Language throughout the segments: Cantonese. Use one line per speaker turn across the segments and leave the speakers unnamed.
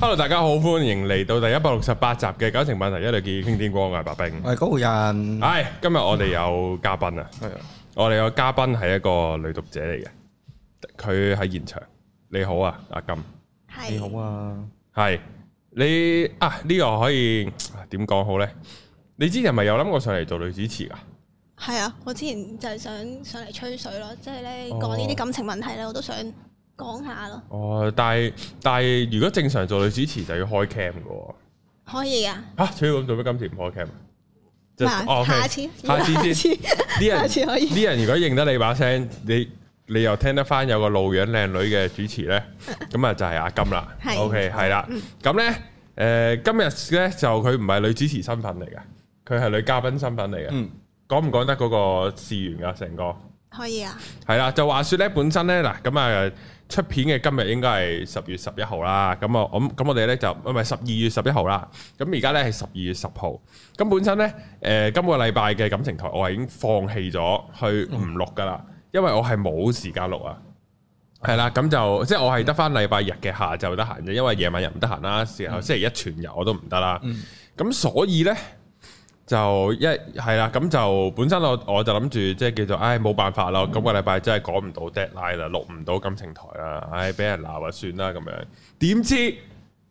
Hello，大家好，歡迎嚟到第一百六十八集嘅《九成問題一律建議傾天光》，我係啊白冰。
我係高人，
唉、今日我哋有嘉賓啊！
係啊，
我哋有嘉賓係一個女讀者嚟嘅，佢喺現場。你好啊，阿金，
你
係
好
ờ,
啊，
係你啊？呢、個可以啊點講好呢？你之前咪有諗過上嚟做女主持噶？
係啊！我之前就係想上嚟吹水咯，即係咧講呢啲感情問題咧，我都想講下咯。
哦，但係但係如果正常做女主持就要開 cam 嘅喎。
可以噶，
嚇、啊，除咗咁做咩今次唔開 cam 啊？即
唔
係哦
係
OK
下次，
下次先。啲
下
人
次可以
啲人如果認得你把聲，你你又聽得翻有個路樣靚女嘅主持 呢，咁啊就係阿金啦。
係嗯
OK，係啦。咁呢，誒、今日呢，就佢唔係女主持身份嚟嘅，佢係女嘉賓身份嚟嘅。
嗯
講唔講得嗰個事源啊？成個
可以啊，
係啦，就話説呢，本身呢，嗱咁啊出片嘅今日應該係十月十一號啦。咁啊，咁咁我哋呢，就唔係十二月十一號啦。咁而家呢，係十二月十號。咁本身呢，誒、今個禮拜嘅感情台我係已經放棄咗去唔錄噶啦，因為我係冇時間錄啊。係啦，咁就即係我係得翻禮拜日嘅下晝得閒啫，因為夜晚又唔得閒啦，然後星期一全日我都唔得啦。咁、所以呢，就一係啦，咁就本身我我就諗住即係叫做，唉冇辦法啦，今個禮拜真係趕唔到 deadline 啦，錄唔到感情台啦，唉俾人鬧啊算啦咁樣。點知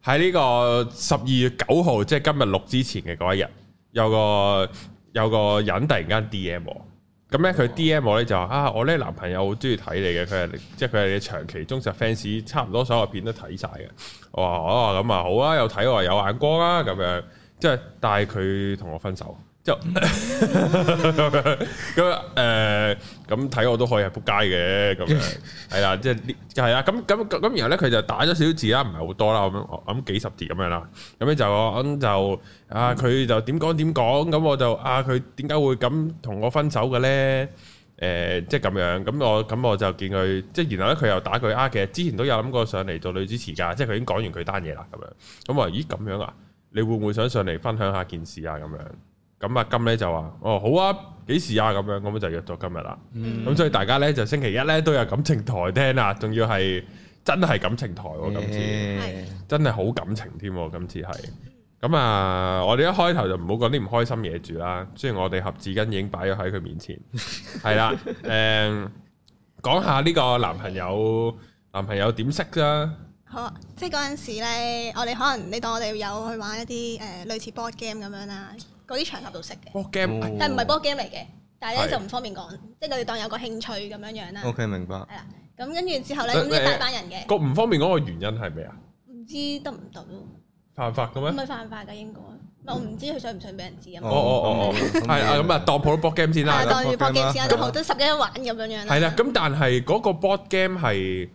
喺呢個十二月九號，即係今日錄之前嘅嗰一日，有個有個人突然間 DM 我。咁咧佢 D.M 我咧就話啊，我咧男朋友好中意睇你嘅，佢係即係佢係你長期忠實 fans，差唔多所有片都睇晒嘅。我話哦咁啊好啊，有睇我話有眼光啊咁樣，即係但係佢同我分手，之後咁樣 咁誒咁睇我都可以係撲街嘅咁樣，係啦，即係呢係啦，咁咁咁然後咧佢就打咗少少字啊啦，唔係好多啦，咁我諗幾十字咁樣啦，咁咧就咁就啊佢就點講點講，咁我就啊佢點解會咁同我分手嘅咧？誒、呃即係咁樣，咁我咁我就見佢，即係然後咧佢又打佢啊，其實之前都有諗過上嚟做女主持㗎，即係佢已經講完佢單嘢啦咁樣，咁我話咦咁樣啊，你會唔會想上嚟分享下件事啊咁樣？咁阿金咧就話：哦，好啊，幾時啊？咁樣咁就約咗今日啦。
Ừ. 嗯
咁、所以大家咧就星期一咧都有感情台聽啦，仲要係真係感情台喎、今次。
誒
真係好感情添喎，今次係。咁啊，我哋一開頭就唔好講啲唔開心嘢住啦。雖然我哋盒紙巾已經擺咗喺佢面前，係啦。誒、講下呢個男朋友，男朋友點識啫？
好啊，即係嗰陣時咧，我哋可能你當我哋有去玩一啲誒類似 board game 咁樣啦，嗰啲場合度識嘅，
波 game
哦
但係唔係 board game 嚟嘅，但係
係哦
咧就唔方便講，即係我哋當有個興趣咁樣樣啦，
，OK 明白，
係啦。咁跟住之後咧，
誒
咁一大班人嘅，
個唔方便嗰個原因係咩啊？
唔知得唔得咯？
犯法嘅
唔
咩？
係犯法嘅應該，唔係我唔知佢想唔想俾人知啊
哦
嘛。
哦哦哦，係啊，
à.
咁啊，當普通 board game 先啦
啊，。當住
當
博
board game
機
啦
時間都好，都十一玩咁樣樣啦。
係啦，咁但係嗰個 board game 係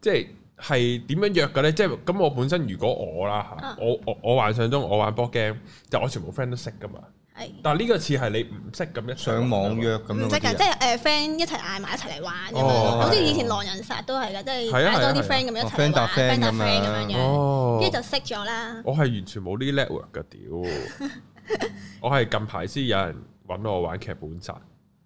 即係係點樣約嘅咧？即係咁，我本身如果我啦嚇
啊，
我我我幻想中我玩 board game 就我全部 friend 都識噶嘛。
係
但係呢個似係你唔識咁一
上網約咁樣
唔
嗰啲啊
識㗎，
人
即係誒 friend 一齊嗌埋一齊嚟玩咁
哦
樣咯，好似
係
以前狼人殺都係㗎，即係
係啊
嗌多
係
啲
啊
friend 咁樣一
哦
齊
，friend
嚟
搭
玩
friend
，friend
咁
搭 friend 咁
樣
樣樣，
哦，
跟住就識咗啦。
我係完全冇呢啲 network 嘅 屌，我係近排先有人揾我玩劇本殺。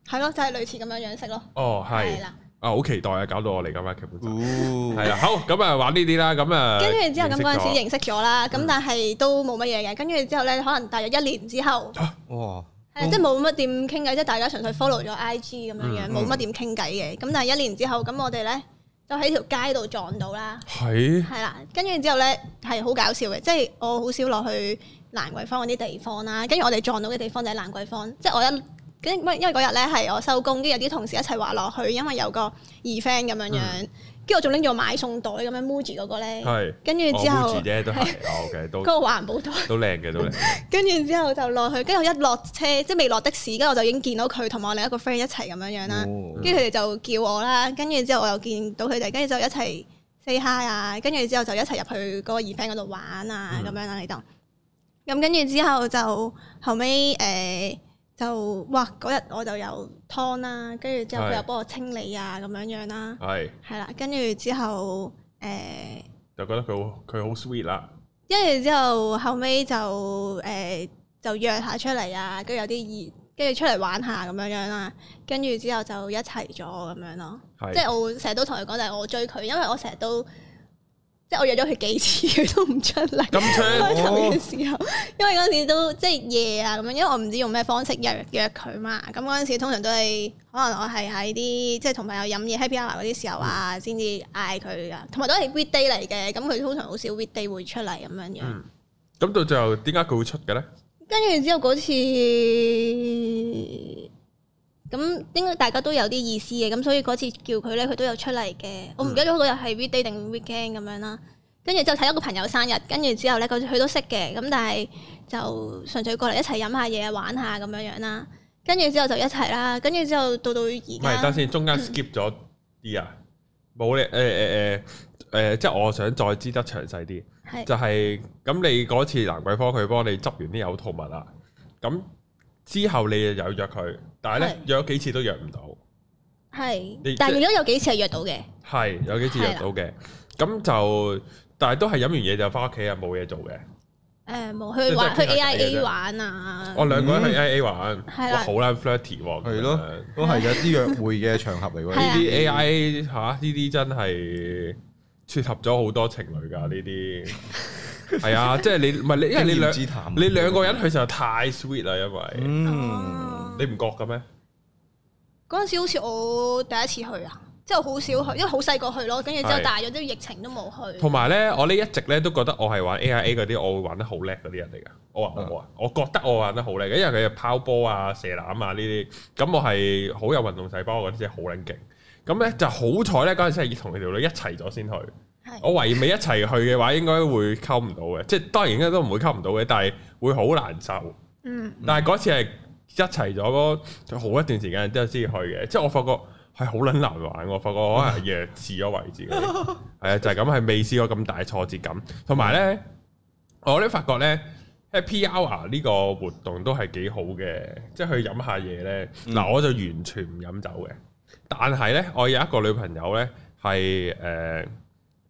係咯，就係類似咁樣樣識咯。
哦，係
係啦，
啊，好期待啊！搞到我嚟咁玩劇本殺。
哦
係啦，好咁啊，玩呢啲啦，咁啊，
跟住之後咁嗰陣時
認
認識咗啦，咁但係都冇乜嘢嘅。跟住之後咧，可能大約一年之後，
哇，
係啊即係冇乜點傾偈，即係大家純粹 follow 咗 IG 咁樣樣，冇乜點傾偈嘅。咁但係一年之後，咁我哋咧就喺條街度撞到啦。
係
係啦，跟住之後咧係好搞笑嘅，即係我好少落去蘭桂坊嗰啲地方啦。跟住我哋撞到嘅地方就係蘭桂坊，即係我一跟因為因為嗰日咧係我收工，跟住有啲同事一齊話落去，因為有個 event 咁樣樣，跟住我仲拎咗個買餸袋咁樣 Muji 嗰個咧，
嗯係，
跟住之
我
後
Muji 啫都係，OK 哦都
嗰個環保袋，
都靚嘅都靚嘅。
跟住之後就落去，跟住我一落車即係未落的士，跟住我就已經見到佢同埋我另一個 friend 一齊咁樣樣啦。
嗯
哦
跟住佢哋就叫我啦，跟住之後我又見到佢哋，跟住就一齊 say hi 啊，跟住之後就一齊入去嗰個 event 嗰度玩啊，
嗯
咁樣啦，你當。咁跟住之後就後尾誒、呃就哇嗰日我就有湯啦，跟住之後
係
佢又幫我清理啊咁樣樣啦，
係
係啦，跟住之後誒。呃
就覺得佢好佢好 sweet 啦。
跟住之後後尾就誒、呃就約下出嚟啊，跟住有啲熱，跟住出嚟玩下咁樣樣啦。跟住之後就一齊咗咁樣咯。
係
即係我會成日都同佢講，就係我追佢，因為我成日都即即係我約咗佢幾次，佢都唔出嚟。
咁
開
friend
頭嘅時候，因為嗰陣時都即係夜啊咁樣，因為我唔知用咩方式約約佢嘛。咁嗰陣時通常都係可能我係喺啲即係同朋友飲嘢 happy hour 嗰啲時候啊，先至嗌佢噶。同埋都係 weekday 嚟嘅，咁佢通常好少 weekday 會出嚟咁樣樣。
嗯咁到最後點解佢會出嘅咧？
跟住之後嗰次，咁應該大家都有啲意思嘅，咁所以嗰次叫佢咧，佢都有出嚟嘅。哦我
嗯
唔記得咗嗰日係 weekday 定 weekend 咁樣啦。跟住就睇一個朋友生日，跟住之後咧，佢佢都識嘅，咁但係就純粹過嚟一齊飲下嘢、玩下咁樣樣啦。跟住之後就一齊啦，跟住之後到到
唔係，
而
等
家，
先，中間 skip 咗啲啊，冇咧，誒誒誒誒，即係我想再知得詳細啲，
係
就係咁你嗰次蘭桂坊佢幫你執完啲有套物啦，咁之後你又有約佢，但係咧
係
約咗幾次都約唔到，你
係，但係亦都有幾次係約到嘅，
係有幾次約到嘅，咁就但係都係飲完嘢就翻屋企啊，冇嘢做嘅，
誒冇
即
去
係
玩去
傾下偈嘅
AIA
啫
玩啊，
我兩個人去
嗯
A A 玩，
係
哇
啦
好撚 flirty 喎，咁
係咯
樣呢
都係有啲約會嘅場合嚟喎。
係啊
呢
啲
啲
A I 嚇呢啲真係撮合咗好多情侶㗎，呢啲 係啊，即係你唔係你，因為你兩
經驗之談
你兩個人去實在太 sweet 啦，因為
Ừ. 嗯，
哦
你唔覺嘅咩？
嗰陣時好似我第一次去啊，即係好少去，因為好細個去咯，跟住之後
係
大咗都疫情都冇去。
同埋咧，我呢一直咧都覺得我係玩 AIA 嗰啲，我會玩得好叻嗰啲人嚟㗎。我話我冇啊，我覺得我玩得好叻嘅，因為佢係拋波啊、射籃啊呢啲，咁我係好有運動細胞嗰啲，真係好撚勁。咁咧就好彩咧，嗰陣時係同佢條女一齊咗先去。
係
我懷疑未一齊去嘅話，應該會溝唔到嘅，即係當然應該都唔會溝唔到嘅，但係會好難受。
嗯，
但係嗰次係一齊咗嗰好一段時間之後先去嘅，即係我發覺係好撚難玩，我發覺我可能係弱智咗為止嘅，係啊，就係咁，係未試過咁大挫折感。同埋咧，我咧發覺咧。Happy Hour 呢個活動都係幾好嘅，即係去飲下嘢咧。嗱、我就完全唔飲酒嘅，但係咧，我有一個女朋友咧係呃誒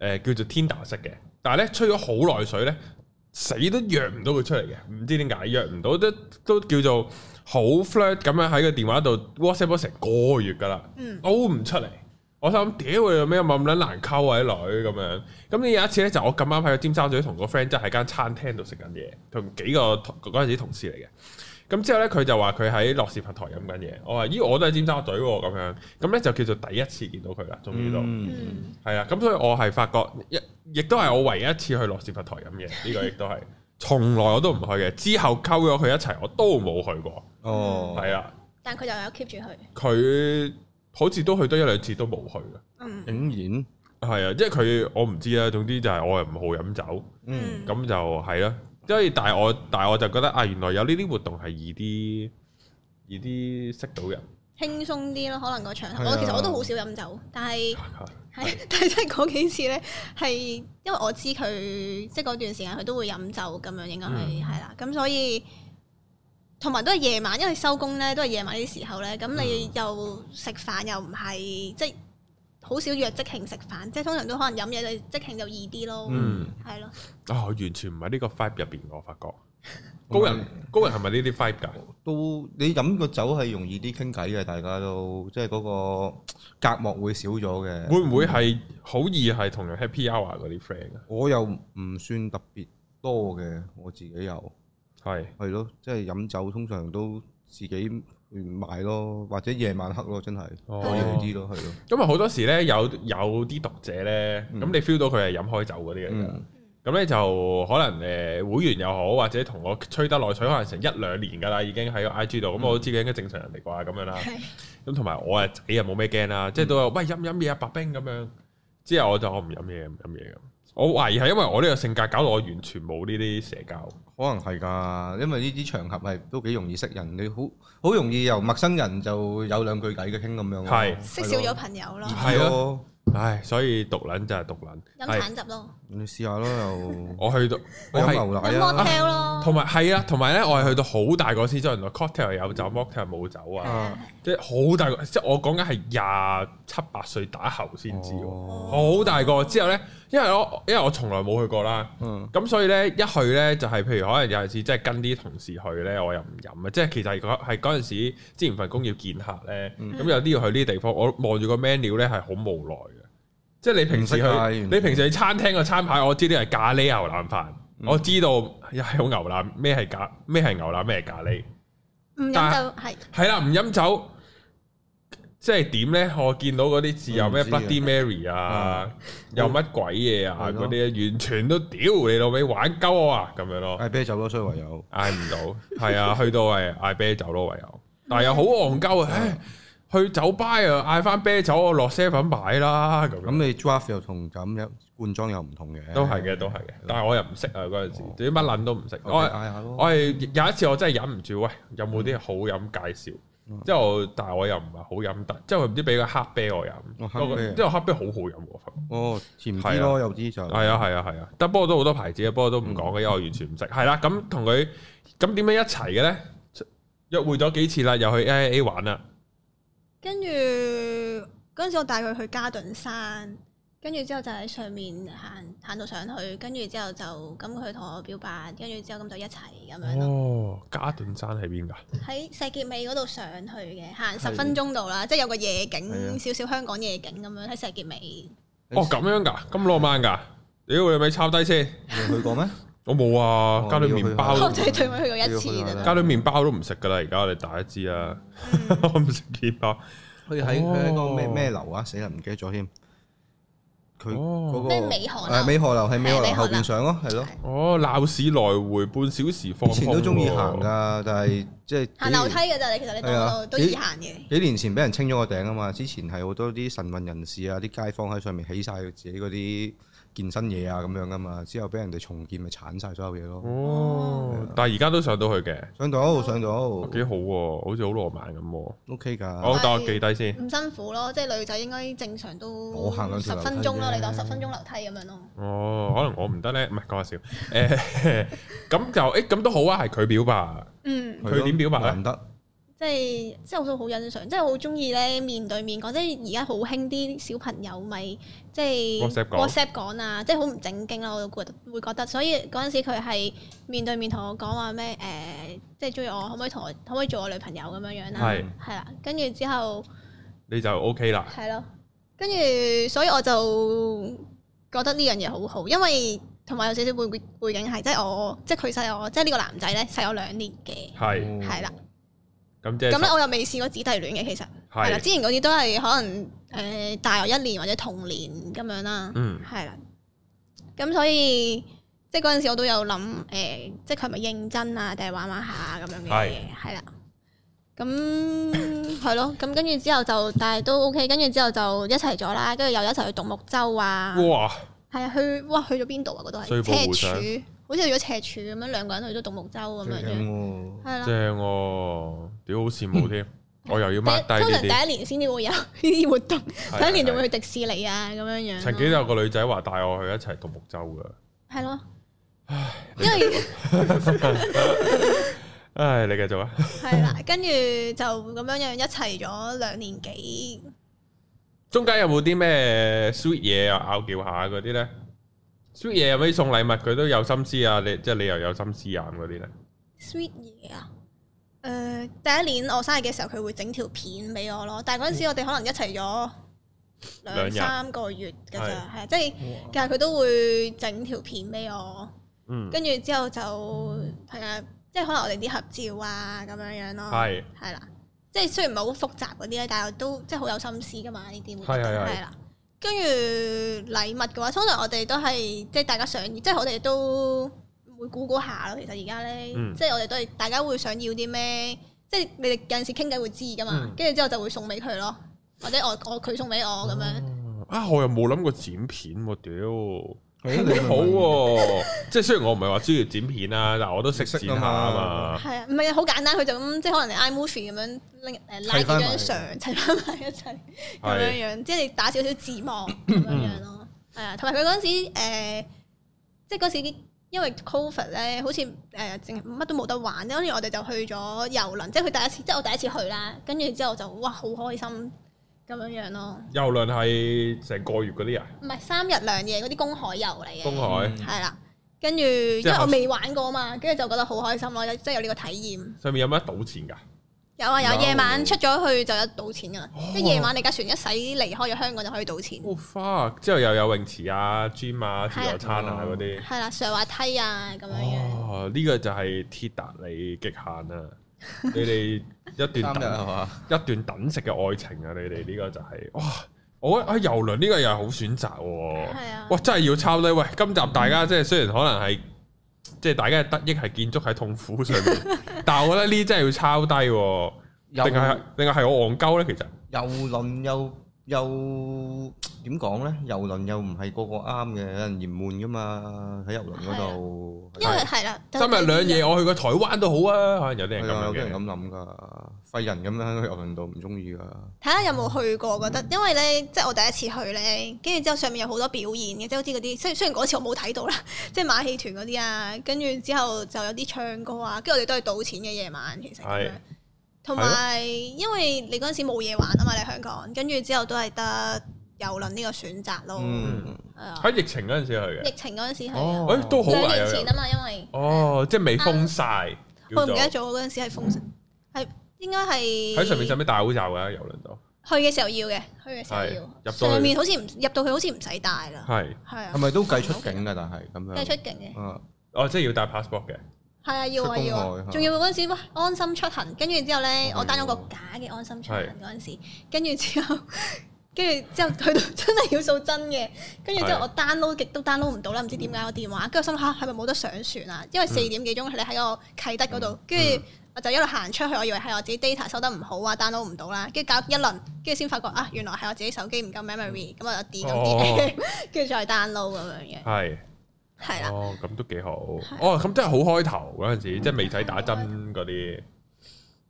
誒叫做 Tinder 識嘅，但係咧吹咗好耐水咧，死都約唔到佢出嚟嘅，唔知點解約唔到，都都叫做好 flirt 咁樣喺個電話度 WhatsApp 咗成個月㗎啦，
嗯
勾唔出嚟。我心諗屌佢有咩咁撚難溝啊啲女咁樣，咁你有一次咧就我咁啱喺個尖沙咀同個 friend 即係喺間餐廳度食緊嘢，同幾個同嗰陣時同事嚟嘅。咁之後咧，佢就話佢喺樂士佛台飲緊嘢。我話：咦，我都喺尖沙咀喎，咁樣。咁咧就叫做第一次見到佢啦，終
Ừ.
於都
嗯，
嗯，
係啊。咁所以我係發覺，亦亦都係我唯一一次去樂士佛台飲嘢。呢、個亦都係從來我都唔去嘅。之後溝咗佢一齊，我都冇去過。
哦，
係啊，
但佢就有 keep 住去，
佢好似都去多一兩次都冇去嘅。
嗯
竟然，
係啊，即係佢我唔知啦。總之就係我又唔好飲酒，
嗯，
嗯，
咁就係啦。所以但係我但係我就覺得啊，原來有呢啲活動係易啲易啲識到人。
輕鬆啲咯，可能個場合。
係啊
我其實我都好少飲酒，但係係， 但係真係嗰幾次咧，係因為我知佢即係嗰段時間佢都會飲酒咁樣，應該係
嗯
係啦，咁所以。同埋都係夜晚，因為收工咧都係夜晚啲時候咧，咁
嗯
你又食飯又唔係即係好少約即興食飯，即係通常都可能飲嘢就即興就易啲咯，
嗯。
係咯。
啊、我完全唔喺呢個 vibe 入邊，我發覺高人高人係咪呢啲 vibe 㗎？
都你飲個酒係容易啲傾偈嘅，大家都即係嗰個隔膜會少咗嘅。
會唔會係好易係同人 happy hour 嗰啲 friend 啊？
我又唔算特別多嘅，我自己又
係
係咯，即係飲酒通常都自己去買咯，或者夜晚黑咯，真係
哦
多嘢啲咯，係咯，
因為好多時咧有有啲讀者咧，咁
嗯
你 feel 到佢係飲開酒嗰啲嚟㗎。
嗯，
咁咧就可能誒、呃、會員又好，或者同我吹得耐水，可能成一兩年㗎啦，已經喺個 IG 度。咁、我都知佢應該正常人嚟啩，咁樣啦。
係
咁同埋我啊仔啊冇咩驚啦，即係都有喂飲唔飲嘢啊白冰咁樣。之後我就我唔飲嘢唔飲嘢咁。我懷疑係因為我呢個性格搞到我完全冇呢啲社交。
可能係㗎，因為呢啲場合係都幾容易識人，你好好容易由陌生人就有兩句偈嘅傾咁樣咯。啊
係
識少咗朋友咯，
係啊
係咯，
唉，所以毒撚就係毒撚。
飲
係
橙汁咯，
你試下咯，又
我去到我
飲
係
牛奶
飲
啊，
mocktail 咯，
同埋係啊，同埋咧，我係去到好大個先知，原來 cocktail 有酒，mocktail 冇酒啊，
啊
即係好大個，即係我講緊係廿七八歲打後先知喎，
哦
好大個之後咧，因為我因為我從來冇去過啦。
嗯
咁所以咧，一去咧就係、譬如可能有陣時即係跟啲同事去咧，我又唔飲啊！即係其實係嗰係嗰陣時之
嗯
前份工要見客咧，咁、有啲要去呢啲地方，我望住個 menu 咧係好無奈嘅，即係你平時
唔識嗌
去
原來
你平時去餐廳個餐牌，我知呢係咖喱牛腩飯，
嗯
我知道又係好牛腩，咩係咖咩係牛腩，咩係咖喱，
唔飲
但
就係
係啦，唔飲酒。即係點咧？我見到嗰啲字有咩
我唔知啊
Bloody Mary 啊，
嗯
有乜鬼嘢啊
係
嗰
咯
啲，完全都屌你老味玩鳩我啊咁樣咯。
嗌啤酒咯，所以唯有
嗌唔到，係啊，去到係嗌啤酒咯，唯有，但係又好戇鳩啊！唉去酒吧又嗌翻啤酒，我落 seven 買啦咁
咁
樣，
你 draft 又同咁有罐裝又唔同嘅，
都係嘅，都係嘅。但係我又唔識啊嗰陣時，
哦
對於乜撚都唔識。
我
我
嗌
係
下咯，
我係有一次我真係忍唔住，喂，有冇啲好飲介紹？之後但係我又唔係好飲得，之後唔知俾個黑啤我飲，
哦
不過
黑啤啊
因為黑啤好好飲喎。
哦甜
係啊
啲咯，有啲就
係啊嗯係啊係啊，得不過都好多牌子嘅，不過都唔講嘅，因為我完全唔識。係啦，咁同佢咁點樣一齊嘅咧？約會咗幾次啦，又去 A A 玩啦。
跟住嗰陣時，我帶佢去嘉頓山，跟住之後就喺上面行行到上去，跟住之後就咁佢同我表白，跟住之後咁就一齊咁樣咯。
哦，嘉頓山喺邊㗎？
喺石硤尾嗰度上去嘅，行十分鐘度啦，即係有個夜
係
景，
啊
少少香港夜景咁樣喺石硤尾。
哦，咁樣㗎，咁浪漫㗎。屌你咪抄低先，
你去過咩？
我冇啊，
哦
嘉頓麵包
我
都
要
就係對佢去過一次
要去下
啫
啦。
嘉頓麵包都唔食㗎啦，而家我哋大家知啊， 我唔食麵包。
佢喺
哦
佢喺個咩咩樓啊？死啦，唔記得咗添。佢
哦
嗰個
咩美河樓
誒美河樓係美河
係
樓
美河
後
樓
邊上咯，係咯。
哦，鬧市來回半小時放風喎。
以前都中意行㗎，但係即係
行
幾
樓梯嘅咋，你其實你
係啊
到度都易行嘅。
幾年前俾人清咗個頂啊嘛，之前係好多啲神運人士啊，啲街坊喺上面起晒佢自己嗰啲健身嘢啊咁樣噶嘛，之後俾人哋重建咪剷晒所有嘢咯。
哦，
啊
但係而家都上到去嘅，
上到上到
幾好喎，好似好浪漫咁喎。
，OK 㗎。
好，等我記低先。
唔辛苦咯，即係女仔應該正常都
我行兩
十
條樓梯啫
分鐘咯，你當十分鐘樓梯咁樣咯。
哦，可能我唔得咧，唔係講下笑。 誒，咁就誒，咁都好啊，係佢表白。
嗯，
佢點表白啊咧
難得
即係即係我都好欣賞，即係好中意咧面對面講，即係而家好興啲小朋友咪即係
WhatsApp 講
WhatsApp 講啊，即係好唔正經啦，我都覺得會覺得，所以嗰陣時佢係面對面同我講話咩誒，即係中意我可唔可以同我可唔可以做我女朋友咁樣樣啦，
係
係啦，跟住之後。
你就 O K 啦，
係咯，跟住所以我就覺得呢樣嘢好好，因為同埋有少少背背景係，即係我即係佢細我，即係呢個男仔咧細我兩年嘅，
嗯
係
係啦。
咁嗯即
咁咧
係
我又未試過姊弟戀嘅，其實係啦，
係
之前嗰啲都係可能誒大我一年或者同年咁樣啦，
嗯
係啦。咁所以即係嗰陣時我都有諗誒、即係佢係咪認真啊，定係玩玩下咁樣嘅
係
嘢，係啦。咁係咯，咁跟住之後就，但係都 OK，跟住之後就一齊咗啦，跟住又一齊去獨木舟啊，
哇，
係啊，去哇去咗邊度啊？嗰度
西部湖
係赤柱，好似去咗赤柱咁樣，兩個人去咗獨木舟咁樣
正
樣，
喎，
嗯
係啦。
正喎，屌好羨慕添，我又要
第一
mark
嗯通常
低
第
呢
一年先至會有呢啲活動，
啲。
第一年仲
係
會去迪士尼啊咁樣樣
係
咯。
曾經有個女仔話帶我去一齊獨木舟噶，
係咯，因為
唉，你繼續啊，
係啦，跟住就咁樣樣一齊咗兩年幾，
中間有冇啲咩 sweet 嘢啊拗撬下嗰啲咧？sweet 嘢有冇啲送禮物佢都有心思啊？你即係你又有心思啊咁嗰啲咧？
sweet 嘢啊！誒、第一年我生日嘅時候，佢會整條片俾我咯。但係嗰陣時，我哋可能一齊
嗯
咗
兩
兩
日
三個月㗎咋，
係
係啊即係但係佢都會整條片俾我，
嗯，
跟住之後就係啊，即係可能我哋啲合照啊咁樣樣咯，
係
係啦，即係雖然唔係好複雜嗰啲咧，但係都即係好有心思噶嘛呢啲會覺
係係
得
係
係啦。跟住禮物嘅話，通常我哋都係即係大家想要，即係我哋都會估估下咯。其實而家咧，
嗯
即係我哋都係大家會想要啲咩，即係你哋有陣時傾偈會知噶嘛
嗯。
跟住之後就會送俾佢咯，或者我我佢送俾我哦咁樣。
啊，我又冇諗過剪片喎，屌！
誒你
好喎、即係雖然我唔係話專業剪片啦，但我都識剪下啊嘛。
係啊，唔係好簡單，佢就咁即係可能你 iMovie 咁樣拎誒拉幾張相砌翻埋一齊咁樣樣，即係你打少少字幕咁樣樣咯。係啊，同埋佢嗰陣時誒即係嗰時因為 Covid 咧，好似誒淨係乜都冇得玩，跟住我哋就去咗遊輪，即係佢第一次，即係我第一次去啦。跟住之後就哇好開心咁樣樣咯，
遊輪係成個月嗰啲啊，
唔係三日兩夜嗰啲公海遊嚟嘅。
公海
嗯
係啦，跟住因為
係
我未玩過嘛，跟住就覺得好開心咯，即係有呢個體驗。
上面有乜賭錢㗎？
有啊
有
有，夜晚出咗去就有賭錢噶啦，即係夜晚你架船一使離開咗香港就可以賭錢，
哦 fuck！之後又有泳池啊、gym 啊、自助餐啊嗰啲。
係啦，上滑梯啊咁樣樣，
哦，呢個就係鐵達尼極限 啊！你哋一段
三日啊係
等
嘛？
一段等食嘅愛情啊！你哋呢個就係哇！我覺得啊遊輪呢個又係好選擇喎。
係啊
哇！真係要抄呢？喂，今集大家即係雖然可能係即係大家嘅得益係建築喺痛苦上 面，但係我覺得呢真係要抄低喎。
又
定係定係係我戇鳩咧？其實
遊輪又又點講咧？遊輪又唔係個個啱嘅，有人嫌悶噶嘛。喺遊輪嗰度，
因為係啦，
三日兩夜，我去過台灣都好啊，可能有啲人
係啊，有
咁樣
啲人
嘅。
咁諗噶，廢人咁樣去遊輪度唔中意噶。
睇下有冇去過，覺得因為咧，即係我第一次去咧，跟住之後上面有好多表演嘅，即係好似嗰啲，雖雖然嗰次我冇睇到啦， 即係馬戲團嗰啲啊，跟住之後就有啲唱歌啊，跟住我哋都係賭錢嘅夜晚，其實咁
係
樣。同埋因為你嗰陣時冇嘢玩啊嘛，你香港，跟住之後都係得遊輪呢個選擇咯。
嗯，
係啊，
喺疫情嗰陣時去嘅
疫。情嗰陣時係啊
哦
誒都好
兩
嚟
年前
啊！
啊嘛，因為
哦，即係未封晒，
我唔
叫
記
做
得咗嗰陣時係封城，係應該係
喺上面使唔使戴口罩㗎？遊輪度
去嘅時候要嘅，去嘅時候
係入到
要。
去
上面好似唔入到去，好似唔使戴啦。
係
係啊
係，咪都計出境㗎？但係咁樣
梗係出境嘅。
啊，
哦，即係要戴 passport 嘅。
係啊，要啊
出公
要
外
啊
嚇，
仲要嗰陣時哇安心出行，跟住之後
嗯
咧，
哦
我 down 咗個假嘅安心出行嗰陣時，跟住之後， 跟住之後去到真係要掃真嘅，跟住之後
係
我 download 極都 download 唔到啦，唔知點解我電話，跟住我心諗嚇係咪冇得上船啊？因為四點幾鐘你喺個啟德嗰
嗯
度，跟住我就一路行出去，我以為係我自己 data 收得唔好啊，download 唔到啦，跟住搞一輪，跟住先發覺啊，原來係我自己手機唔夠 memory，咁我就 delete 咗啲
哦
app，跟住再 download 咁樣嘅，
係
係啦。
哦，咁都幾好。哦，咁真係好開頭嗰陣時，即係未使打針嗰啲，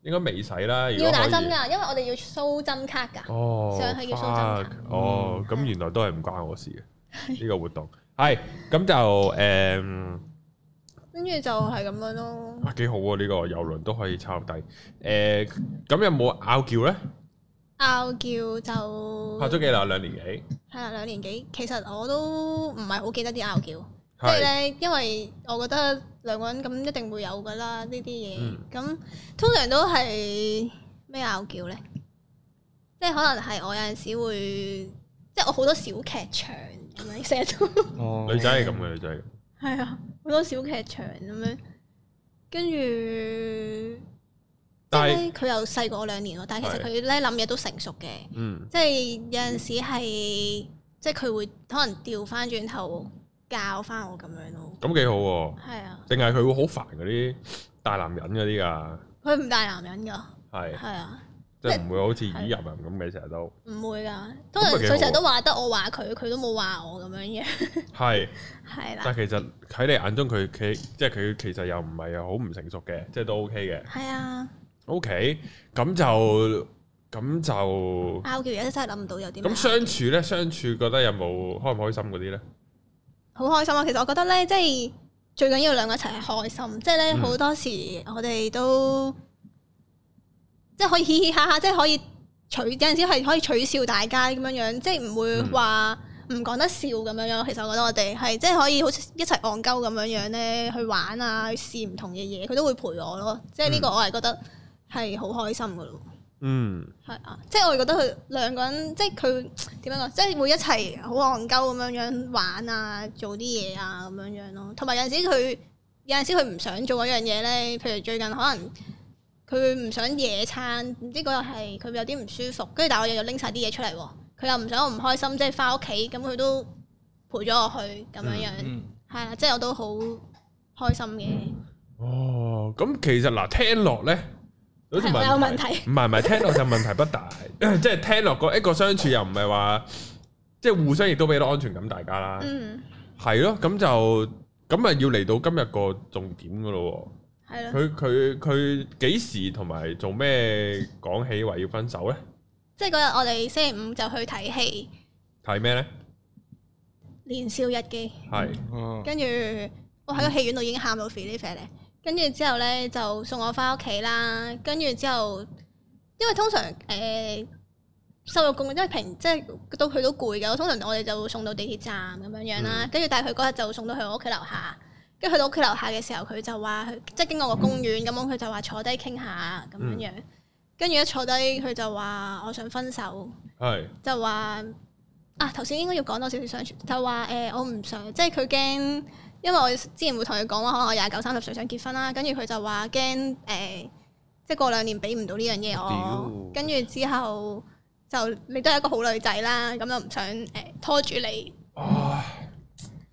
應該未使啦。如
要
果
打
可以
針㗎，因為我哋要掃針卡㗎。
哦，
上去要掃針嗯
fuck，
卡
哦，咁原來都係唔關我事嘅呢個活動。係咁就誒，
跟住就係咁樣咯。
哇幾好喎！呢個遊輪都可以抄底。誒，咁有冇拗撬咧？
嗯拗撬就
拍咗幾耐？兩年幾？
係啦，兩年幾。其實我都唔係好記得啲拗撬，即係
係
咧，因為我覺得兩個人咁一定會有噶啦呢啲嘢
嗯。
咁、通常都係咩拗撬咧？即係可能係我有陣時會，即係我好多小劇場咁樣，成日都
哦
女仔係咁嘅，女仔係咁。
係啊，好多小劇場咁樣，跟住。即
但
係
係
咧佢又細過我兩年咯，但係其實佢咧諗嘢都成熟嘅。
嗯，
即係有陣時係，即係佢會可能調翻轉頭教翻我咁樣咯。
咁幾好喎。
係啊，
定係佢會好煩嗰啲大男人嗰啲噶，
佢唔大男人㗎，
係
係啊，
即係唔會好似耳入人咁嘅成日都
唔會
啊
㗎。通常佢成日都話得我話佢，佢都冇話我咁樣嘅，
係。
係
但
啦，
係其實喺你眼中佢佢即係佢其實又唔係好唔成熟嘅，即係都 OK 嘅。
係啊，
OK，咁就咁就
拗撬而家真係諗唔到有啲咩
咁相處咧，相處覺得有冇開唔開心嗰啲咧？
好開心啊！其實我覺得咧，即係最緊要兩個一齊係開心，即係咧
嗯
好多時我哋都即係可以嘻嘻哈哈，即係可以取有陣時係可以取笑大家咁樣樣，即係唔會話唔講得笑咁樣樣。其實我覺得我哋係即係可以好似一齊戇鳩咁樣樣咧去玩啊，去試唔同嘅嘢，佢都會陪我咯。即係呢個我係覺得係好開心噶咯。
嗯，
係啊，即係我覺得佢兩個人，即係佢點樣講，即係會一齊好戇鳩咁樣樣玩啊，做啲嘢啊咁樣樣咯。同埋有陣時佢有陣時佢唔想做嗰樣嘢咧，譬如最近可能佢唔想野餐，唔知嗰日係佢有啲唔舒服，跟住但係我又又拎晒啲嘢出嚟喎，佢又唔想我唔開心，即係翻屋企咁佢都陪咗我去咁樣樣，
嗯
係啦、即係我都好開心嘅。
哦，咁其實嗱，聽落咧。好似
係我有
問
問題
唔係唔係，聽落就問題不大， 即係聽落個一個相處又唔係話，即係互相亦都俾到安全感大家啦。
嗯，
係咯，咁就咁咪要嚟到今日個重點噶咯喎。
係咯，
佢佢佢幾時同埋做咩講起話要分手呢？
即係嗰日我哋星期五就去睇戲
睇咩呢？
《年少日記》。
係
哦
跟住我喺個戲院度已經喊到肥呢啡咧，跟住之後咧就送我翻屋企啦，跟住之後，因為通常誒、呃收咗工，因為平即係到佢都攰嘅，我通常我哋就會送到地鐵站咁樣樣啦，跟住、但係佢嗰日就送到去我屋企樓下，跟住去到屋企樓下嘅時候，佢就話佢即係經過個公園咁樣，佢就話坐低傾下咁樣樣。跟住一坐低佢就話我想分手，
係
就話啊頭先應該要講多少少相處，就話誒、呃我唔想，即係佢驚，因為我之前會同佢講話，可能我廿九三十歲想結婚啦，跟住佢就話驚誒，即係過兩年俾唔到呢樣嘢
屌
我，跟住之後就你都係一個好女仔啦，咁就唔想誒、呃拖住你，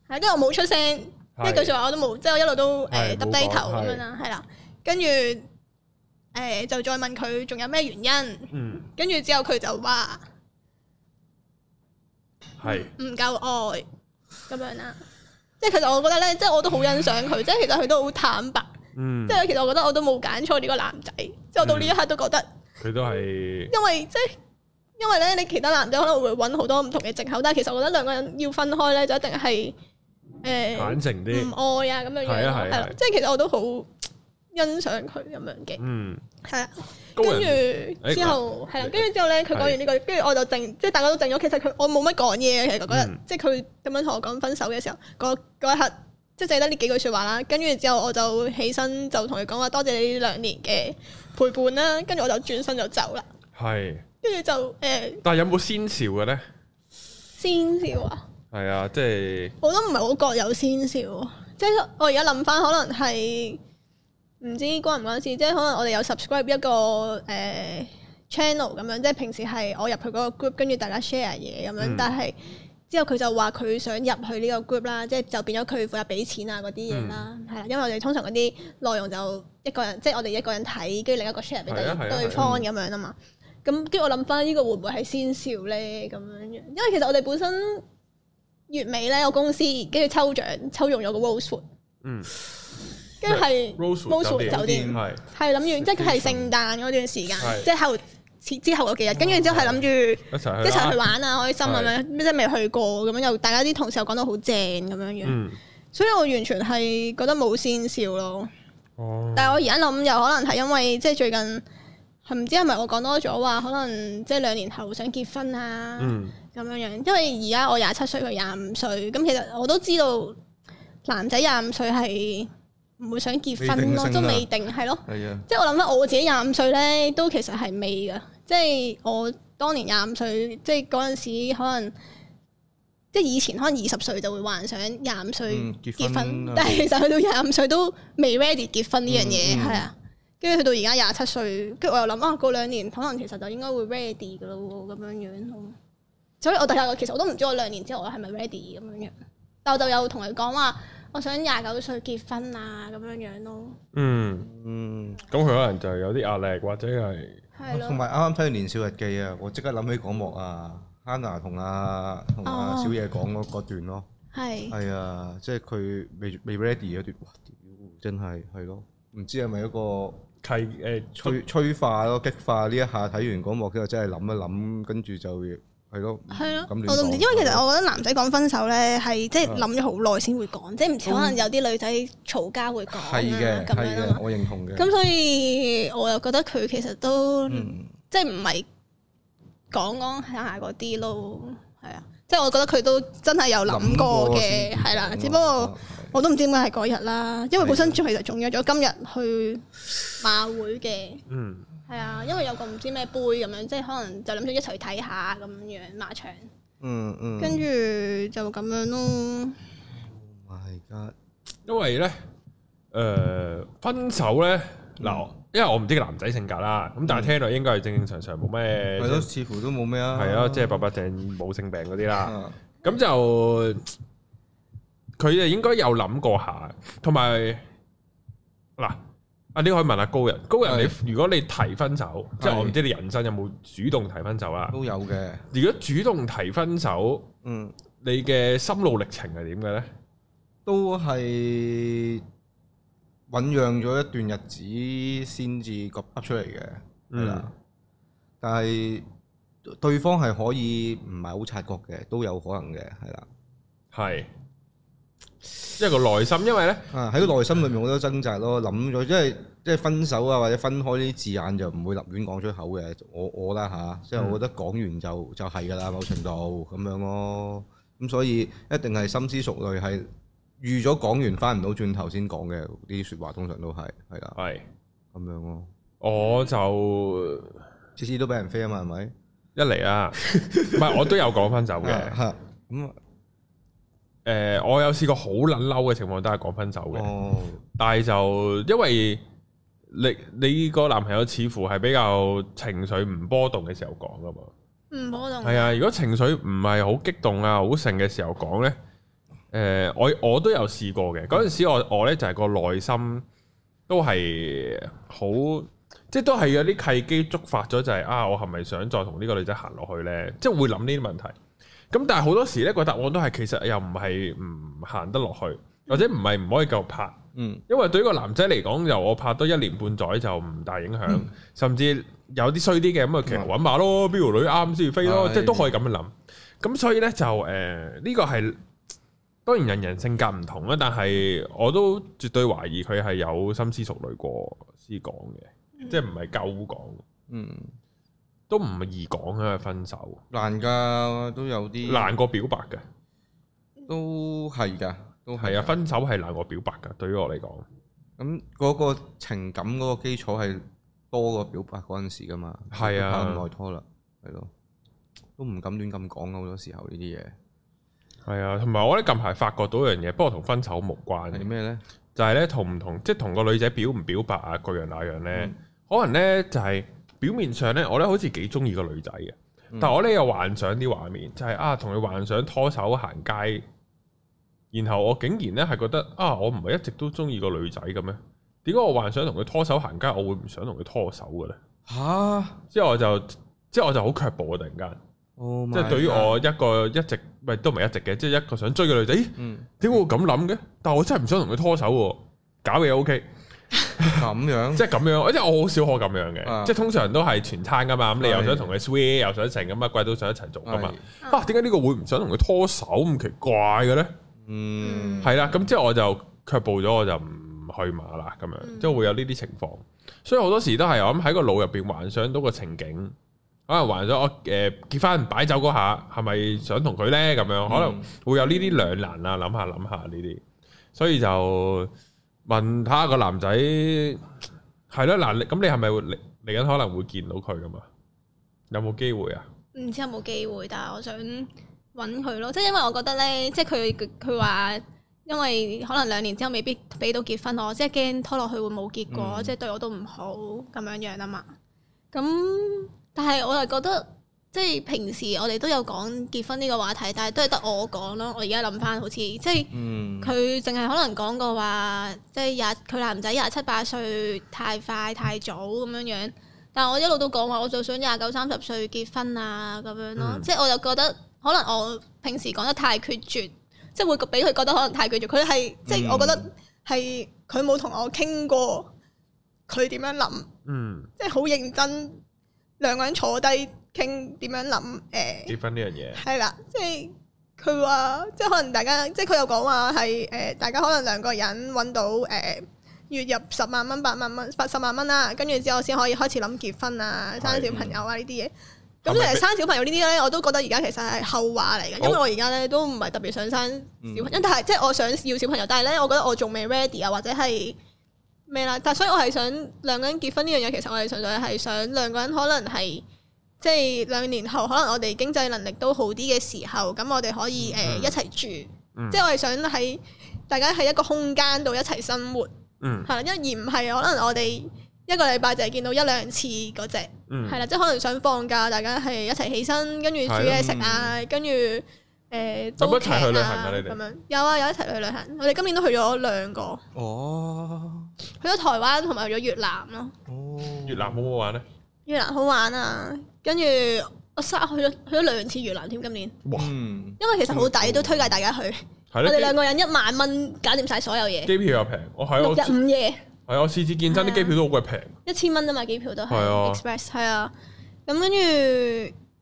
係跟住我冇出聲。呢句
係
説話我都冇，即係我一路都
係
誒
冇
耷低
講
頭咁
係
樣啦，係啦。跟住誒就再問佢仲有咩原因，
嗯
跟住之後佢就話
係
唔夠愛咁樣啦。即係其實我覺得咧，即係我都好欣賞佢，即係其實佢都好坦白。
嗯
即，係其實我覺得我都冇揀錯呢個男仔，即係我到呢一刻都覺得，
佢都係
因為即係因為咧，你其他男仔可能會揾好多唔同嘅藉口，但係其實我覺得兩個人要分開咧，就一定係誒。
坦誠啲，
唔愛啊咁樣樣
係啊
咯，
係啊
係
係啊
啦，即係其實我都好欣賞佢咁樣嘅，
嗯，
係啊。
高
跟
人
住之後係啦
你，
跟住之後咧，佢講完呢個，跟住我就靜，即係大家都靜咗。其實佢我冇乜講嘢嘅，其實嗰日
嗯
即係佢咁樣同我講分手嘅時候，嗰嗰一刻即係淨係得呢幾句説話啦。跟住之後我就起身就同佢講話多謝你呢兩年嘅陪伴啦，跟住我就轉身就走啦。
係，
跟住就誒
但係有冇先兆嘅咧？
先兆啊！
係啊，即係
我都唔係好覺有先兆喎，即係我而家諗翻，可能係唔知關唔關事，即係可能我哋有 subscribe 一個誒、呃 channel 咁樣，即係平時係我入去嗰個 group，跟住大家 share 嘢咁樣，
嗯
但係之後佢就話佢想入去呢個 group 啦，即係就變咗佢負責俾錢啊嗰啲嘢啦，係啦、因為我哋通常嗰啲內容就一個人，即係我哋一個人睇，跟住另一個 share 俾
係啊係啊係啊
對方咁樣啊嘛。咁跟住我諗翻呢個會唔會係先兆咧咁樣樣？因為其實我哋本身月尾咧，我公司跟住抽獎抽中咗個 Rosewood，
嗯
跟住係
Rosewood 酒店
酒店
係
係諗住，即係係聖誕嗰段時間
係，
即係後之之後嗰幾日，跟住之後係諗住
一齊去啦
一齊去，玩啊，開心咁樣，即係未去過咁樣，又大家啲同事又講到好正咁樣樣，
嗯，
所以我完全係覺得冇先兆咯。
哦，
但係我而家諗，有可能係因為即係最近係唔知係咪我講多咗話，可能即係兩年後想結婚啊
嗯
咁樣樣。因為而家我廿七歲，佢廿五歲，咁其實我都知道男仔廿五歲係唔會想結婚咯，
未定性啊
都未定係咯。
係啊，
即係我諗翻我自己廿五歲咧，都其實係未噶。即係我當年廿五歲，即係嗰陣時可能即係以前可能二十歲就會幻想廿五歲
嗯結
結
婚
婚，
啊
但係其實去到廿五歲都未 ready 結婚呢樣嘢，
嗯嗯
係啊、跟住去到而家廿七歲，跟住我又諗啊，過兩年可能其實就應該會 ready 噶咯喎，咁樣樣咯。所以我第日其實我都唔知我兩年之後我係咪 ready 咁樣樣，但我就有同佢講話，我想廿九歲結婚啊咁樣樣咯，
哦
嗯，
嗯，
咁佢可能就有啲壓力，或者係
係咯
同。埋啱啱睇完《年少日記》啊，我即刻諗起嗰幕啊，Hannah 同阿同阿
哦
小野講嗰嗰段咯，
係
係啊，即係佢未未 ready 嗰段，哇屌，真係係咯，唔知係咪一個
契誒
催催化咯，激化呢一下睇完嗰幕之後，真係諗一諗，跟住就係咯，
係
咁亂
咯，我都唔
講
知，
嗯
因為其實我覺得男仔講分手咧，係即係諗咗好耐先會講，即係唔似可能有啲女仔嘈交會講啊
係嘅，係
咁樣啊嘛
嘅，。我認同嘅。
咁所以我又覺得佢其實都、
嗯
即係唔係講講下嗰啲咯，係啊，即係我覺得佢都真係有諗過嘅，係
嗯
啦，只不過我都唔知點解係嗰日啦，因為本身其實仲約咗今日去馬會嘅。
嗯
係啊，因為有個唔知咩杯咁樣，即係可能就諗住一齊睇下咁樣馬場，
嗯嗯，
跟住就咁樣咯。
Oh my god，
因為咧，誒、分手咧，
嗯
嗱、因為我唔知個男仔性格啦，咁但係聽落應該係正正常常，冇咩
係咯，，似乎都冇咩啊，
係咯，即係白白淨冇性病嗰啲啦。
啊
咁就佢就應該有諗過下，同埋嗱，啊呢個可以問下高人，高人你如果你提分手，即係我唔知你人生有冇主動提分手啦。
都有嘅，
如果主動提分手，
嗯，
你嘅心路歷程係點嘅咧？
都係醖釀咗一段日子先至噏噏出嚟嘅，係啦，但係對方係可以唔係好察覺嘅，都有可能嘅，係啦。
係，因為個內心，因為咧，
啊！喺個內心裏面好多掙扎咯，諗咗，因為即係分手啊，或者分開呢啲字眼就唔會立亂講出口嘅。我我啦吓，
嗯
即係我覺得講完就就係㗎啦，某程度咁樣咯。咁所以一定係深思熟慮，係預咗講完翻唔到轉頭先講嘅啲説話，通常都係係啦
係
咁樣咯。
我就
次次都俾人飛啊嘛，係咪？
一嚟 啊，唔係我都有講分手嘅。
嚇咁啊
诶、我有試過好撚嬲嘅情況都係講分手嘅，
哦，
但係就因為你你個男朋友似乎係比較情緒唔波動嘅時候講噶嘛。
唔波動。
係啊，如果情緒唔係好激動啊、好盛嘅時候講呢，誒、我我都有試過嘅。嗰陣時我我咧就係、個內心都係好，即係都係有啲契機觸發咗，就係、啊，我係咪想再同呢個女仔行落去呢？即係會諗呢啲問題。咁但係好多時呢個答案都係其實又唔係唔行得落去，或者唔係唔可以繼續拍。
嗯
因為對於個男仔嚟講，由我拍多一年半載就唔大影響，甚至有啲衰啲嘅咁啊，其實
嗯
揾埋咯，邊條女啱先至飛咯，
係
即係都可以咁樣諗。咁所以呢，就呃誒呢、個係當然人人性格唔同啦，但係我都絕對懷疑佢係有深思熟慮過先講嘅，即係唔係夠講，
嗯，
啊都唔易講啊分手，
難㗎，都有啲
難過表白嘅。
都係㗎，都
係
係
啊，
啊。
分手係難過表白㗎，對於我嚟講。
咁嗰個情感嗰個基礎係多過表白嗰陣時㗎嘛。
係啊
拍咁耐拖啦，係咯，都唔敢亂咁講㗎好多時候呢啲嘢
係啊，同埋我咧近排發覺到一樣嘢，不過同分手無關嘅
係咩咧？
就係咧同唔同，即係同個女仔表唔表白啊，各樣那樣咧，
嗯
可能咧就係、表面上咧，我咧好似幾中意個女仔嘅，
嗯
但我咧又幻想啲畫面，就係、啊同佢幻想拖手行街，然後我竟然咧係覺得啊，我唔係一直都中意個女仔嘅咩？點解我幻想同佢拖手行街，我會唔想同佢拖手嘅咧？
吓？
之後我就之後我就好卻步啊！突然間，
Oh
即係
my
對於
God
我一個一直咪都唔係一直嘅，即係一個想追嘅女仔。咦
嗯
點解我咁諗嘅？但我真係唔想同佢拖手喎，搞嘢 O K，
咁樣
即係咁樣，即係我好少可咁樣嘅，
啊
即係通常都係全餐噶嘛，咁你又
係
想同佢 sweet，又想成 咁啊，貴到想一齊做噶嘛
係，
嗯
啊點解呢個會唔想同佢拖手咁奇怪嘅咧？
嗯
係啦，咁之後我就卻步咗，我就唔去馬啦，咁樣
嗯
即係會有呢啲情況，所以好多時都係我諗喺個腦入邊幻想到個情景。可能幻想我誒結婚擺酒嗰下係咪想同佢咧咁
嗯
樣，可能會有呢啲兩難啊，諗下諗下呢啲，所以就問下個男仔係咯，嗱，你咁你係咪會嚟嚟緊可能會見到佢噶嘛？有冇機會啊？
唔知有冇機會，但係我想揾佢咯，即係因為我覺得咧，即係佢佢佢話，因為可能兩年之後未必俾到結婚我，即係驚拖落去會冇結果，
嗯
即係對我都唔好咁樣樣啊嘛。咁但係我又覺得，即係平時我哋都有講結婚呢個話題，但係都係得我講咯。我而家諗翻好似即係。
嗯
佢淨係可能講過話，即係廿佢男仔廿七八歲太快太早咁樣樣，但我一路都講話，我就想廿九三十歲結婚啊咁樣咯，
嗯
即係我就覺得可能我平時講得太決絕，即係會俾佢覺得可能太決絕，佢係即係我覺得係佢冇同我傾過佢點樣諗，
嗯，
即係好認真兩個人坐低傾點樣諗誒。
結婚呢樣嘢，
係啦，即係佢話，即係可能大家，即係佢又講話係誒，大家可能兩個人揾到誒、呃月入十萬蚊、八萬蚊、八十萬蚊啦，跟住之後先可以開始諗結婚啊、生小朋友啊呢啲嘢。咁
嗯係咪
誒生小朋友呢啲咧，我都覺得而家其實係後話嚟嘅，因為我而家咧都唔係特別想生
嗯
小朋友，但係即係我想要小朋友，但係咧我覺得我仲未 ready 啊，或者係咩啦，但所以我係想兩個人結婚呢樣嘢，其實我係純粹係想兩個人可能係即係兩年後，可能我哋經濟能力都好啲嘅時候，咁我哋可以誒、呃一齊住，
嗯
即係我係想喺大家喺一個空間度一齊生活，
嗯
係啦，因為而唔係可能我哋一個禮拜就係見到一兩次嗰只。
嗯，
係啦，即係可能想放假，大家係一齊起身，跟住煮嘢食啊，跟住誒
有冇
租
一齊去
劇
旅行啊
啊
你哋
咁樣。有啊，有一齊去旅行。我哋今年都去咗兩個，
哦
去咗台灣同埋去咗越南咯。
哦
越南好唔好玩呢？
越南好玩啊！跟住我三去咗去咗兩次越南添，今年。
哇，
嗯
因為其實好抵，都推介大家去。
係
我哋
咧，
兩個人一萬蚊搞掂晒所有嘢，
機票又平，我係啊
六
我
日五啊夜。
係我次次見真啲機票都好鬼平，
一千蚊啫嘛，機票都係
係啊
express 係啊，咁跟住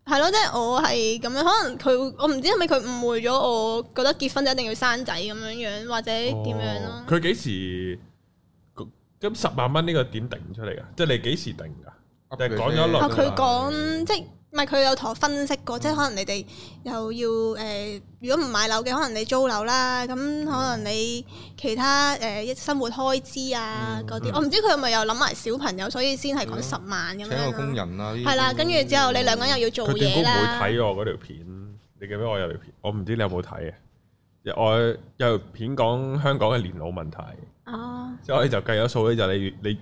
係咯，即係我係咁樣，可能佢我唔知係咪佢誤會咗，我覺得結婚就一定要生仔咁樣樣，或者點樣啊
哦
咯。
佢幾時咁十萬蚊呢個點定出嚟噶？即係你幾時定噶？
噏
定係
佢
講咗一
啫
輪
啊，
哦
佢講即係唔係佢有同我分析過，即係可能你哋又要誒、呃如果唔買樓嘅，可能你租樓啦，咁
嗯
可能你其他誒、呃生活開支
嗯
啊嗰啲，我唔知佢係咪又諗埋小朋友，所以先係講十萬咁
請個工
樣咯。
人啦，
係啦，跟住之後你兩個人又要做
佢斷估
嘢
唔會
啦，
睇我嗰條片，你記唔記得我有條片？我唔知你有冇睇嘅。我有條片講香港嘅年老問題，
哦，
之後咧就計咗數咧，就你月你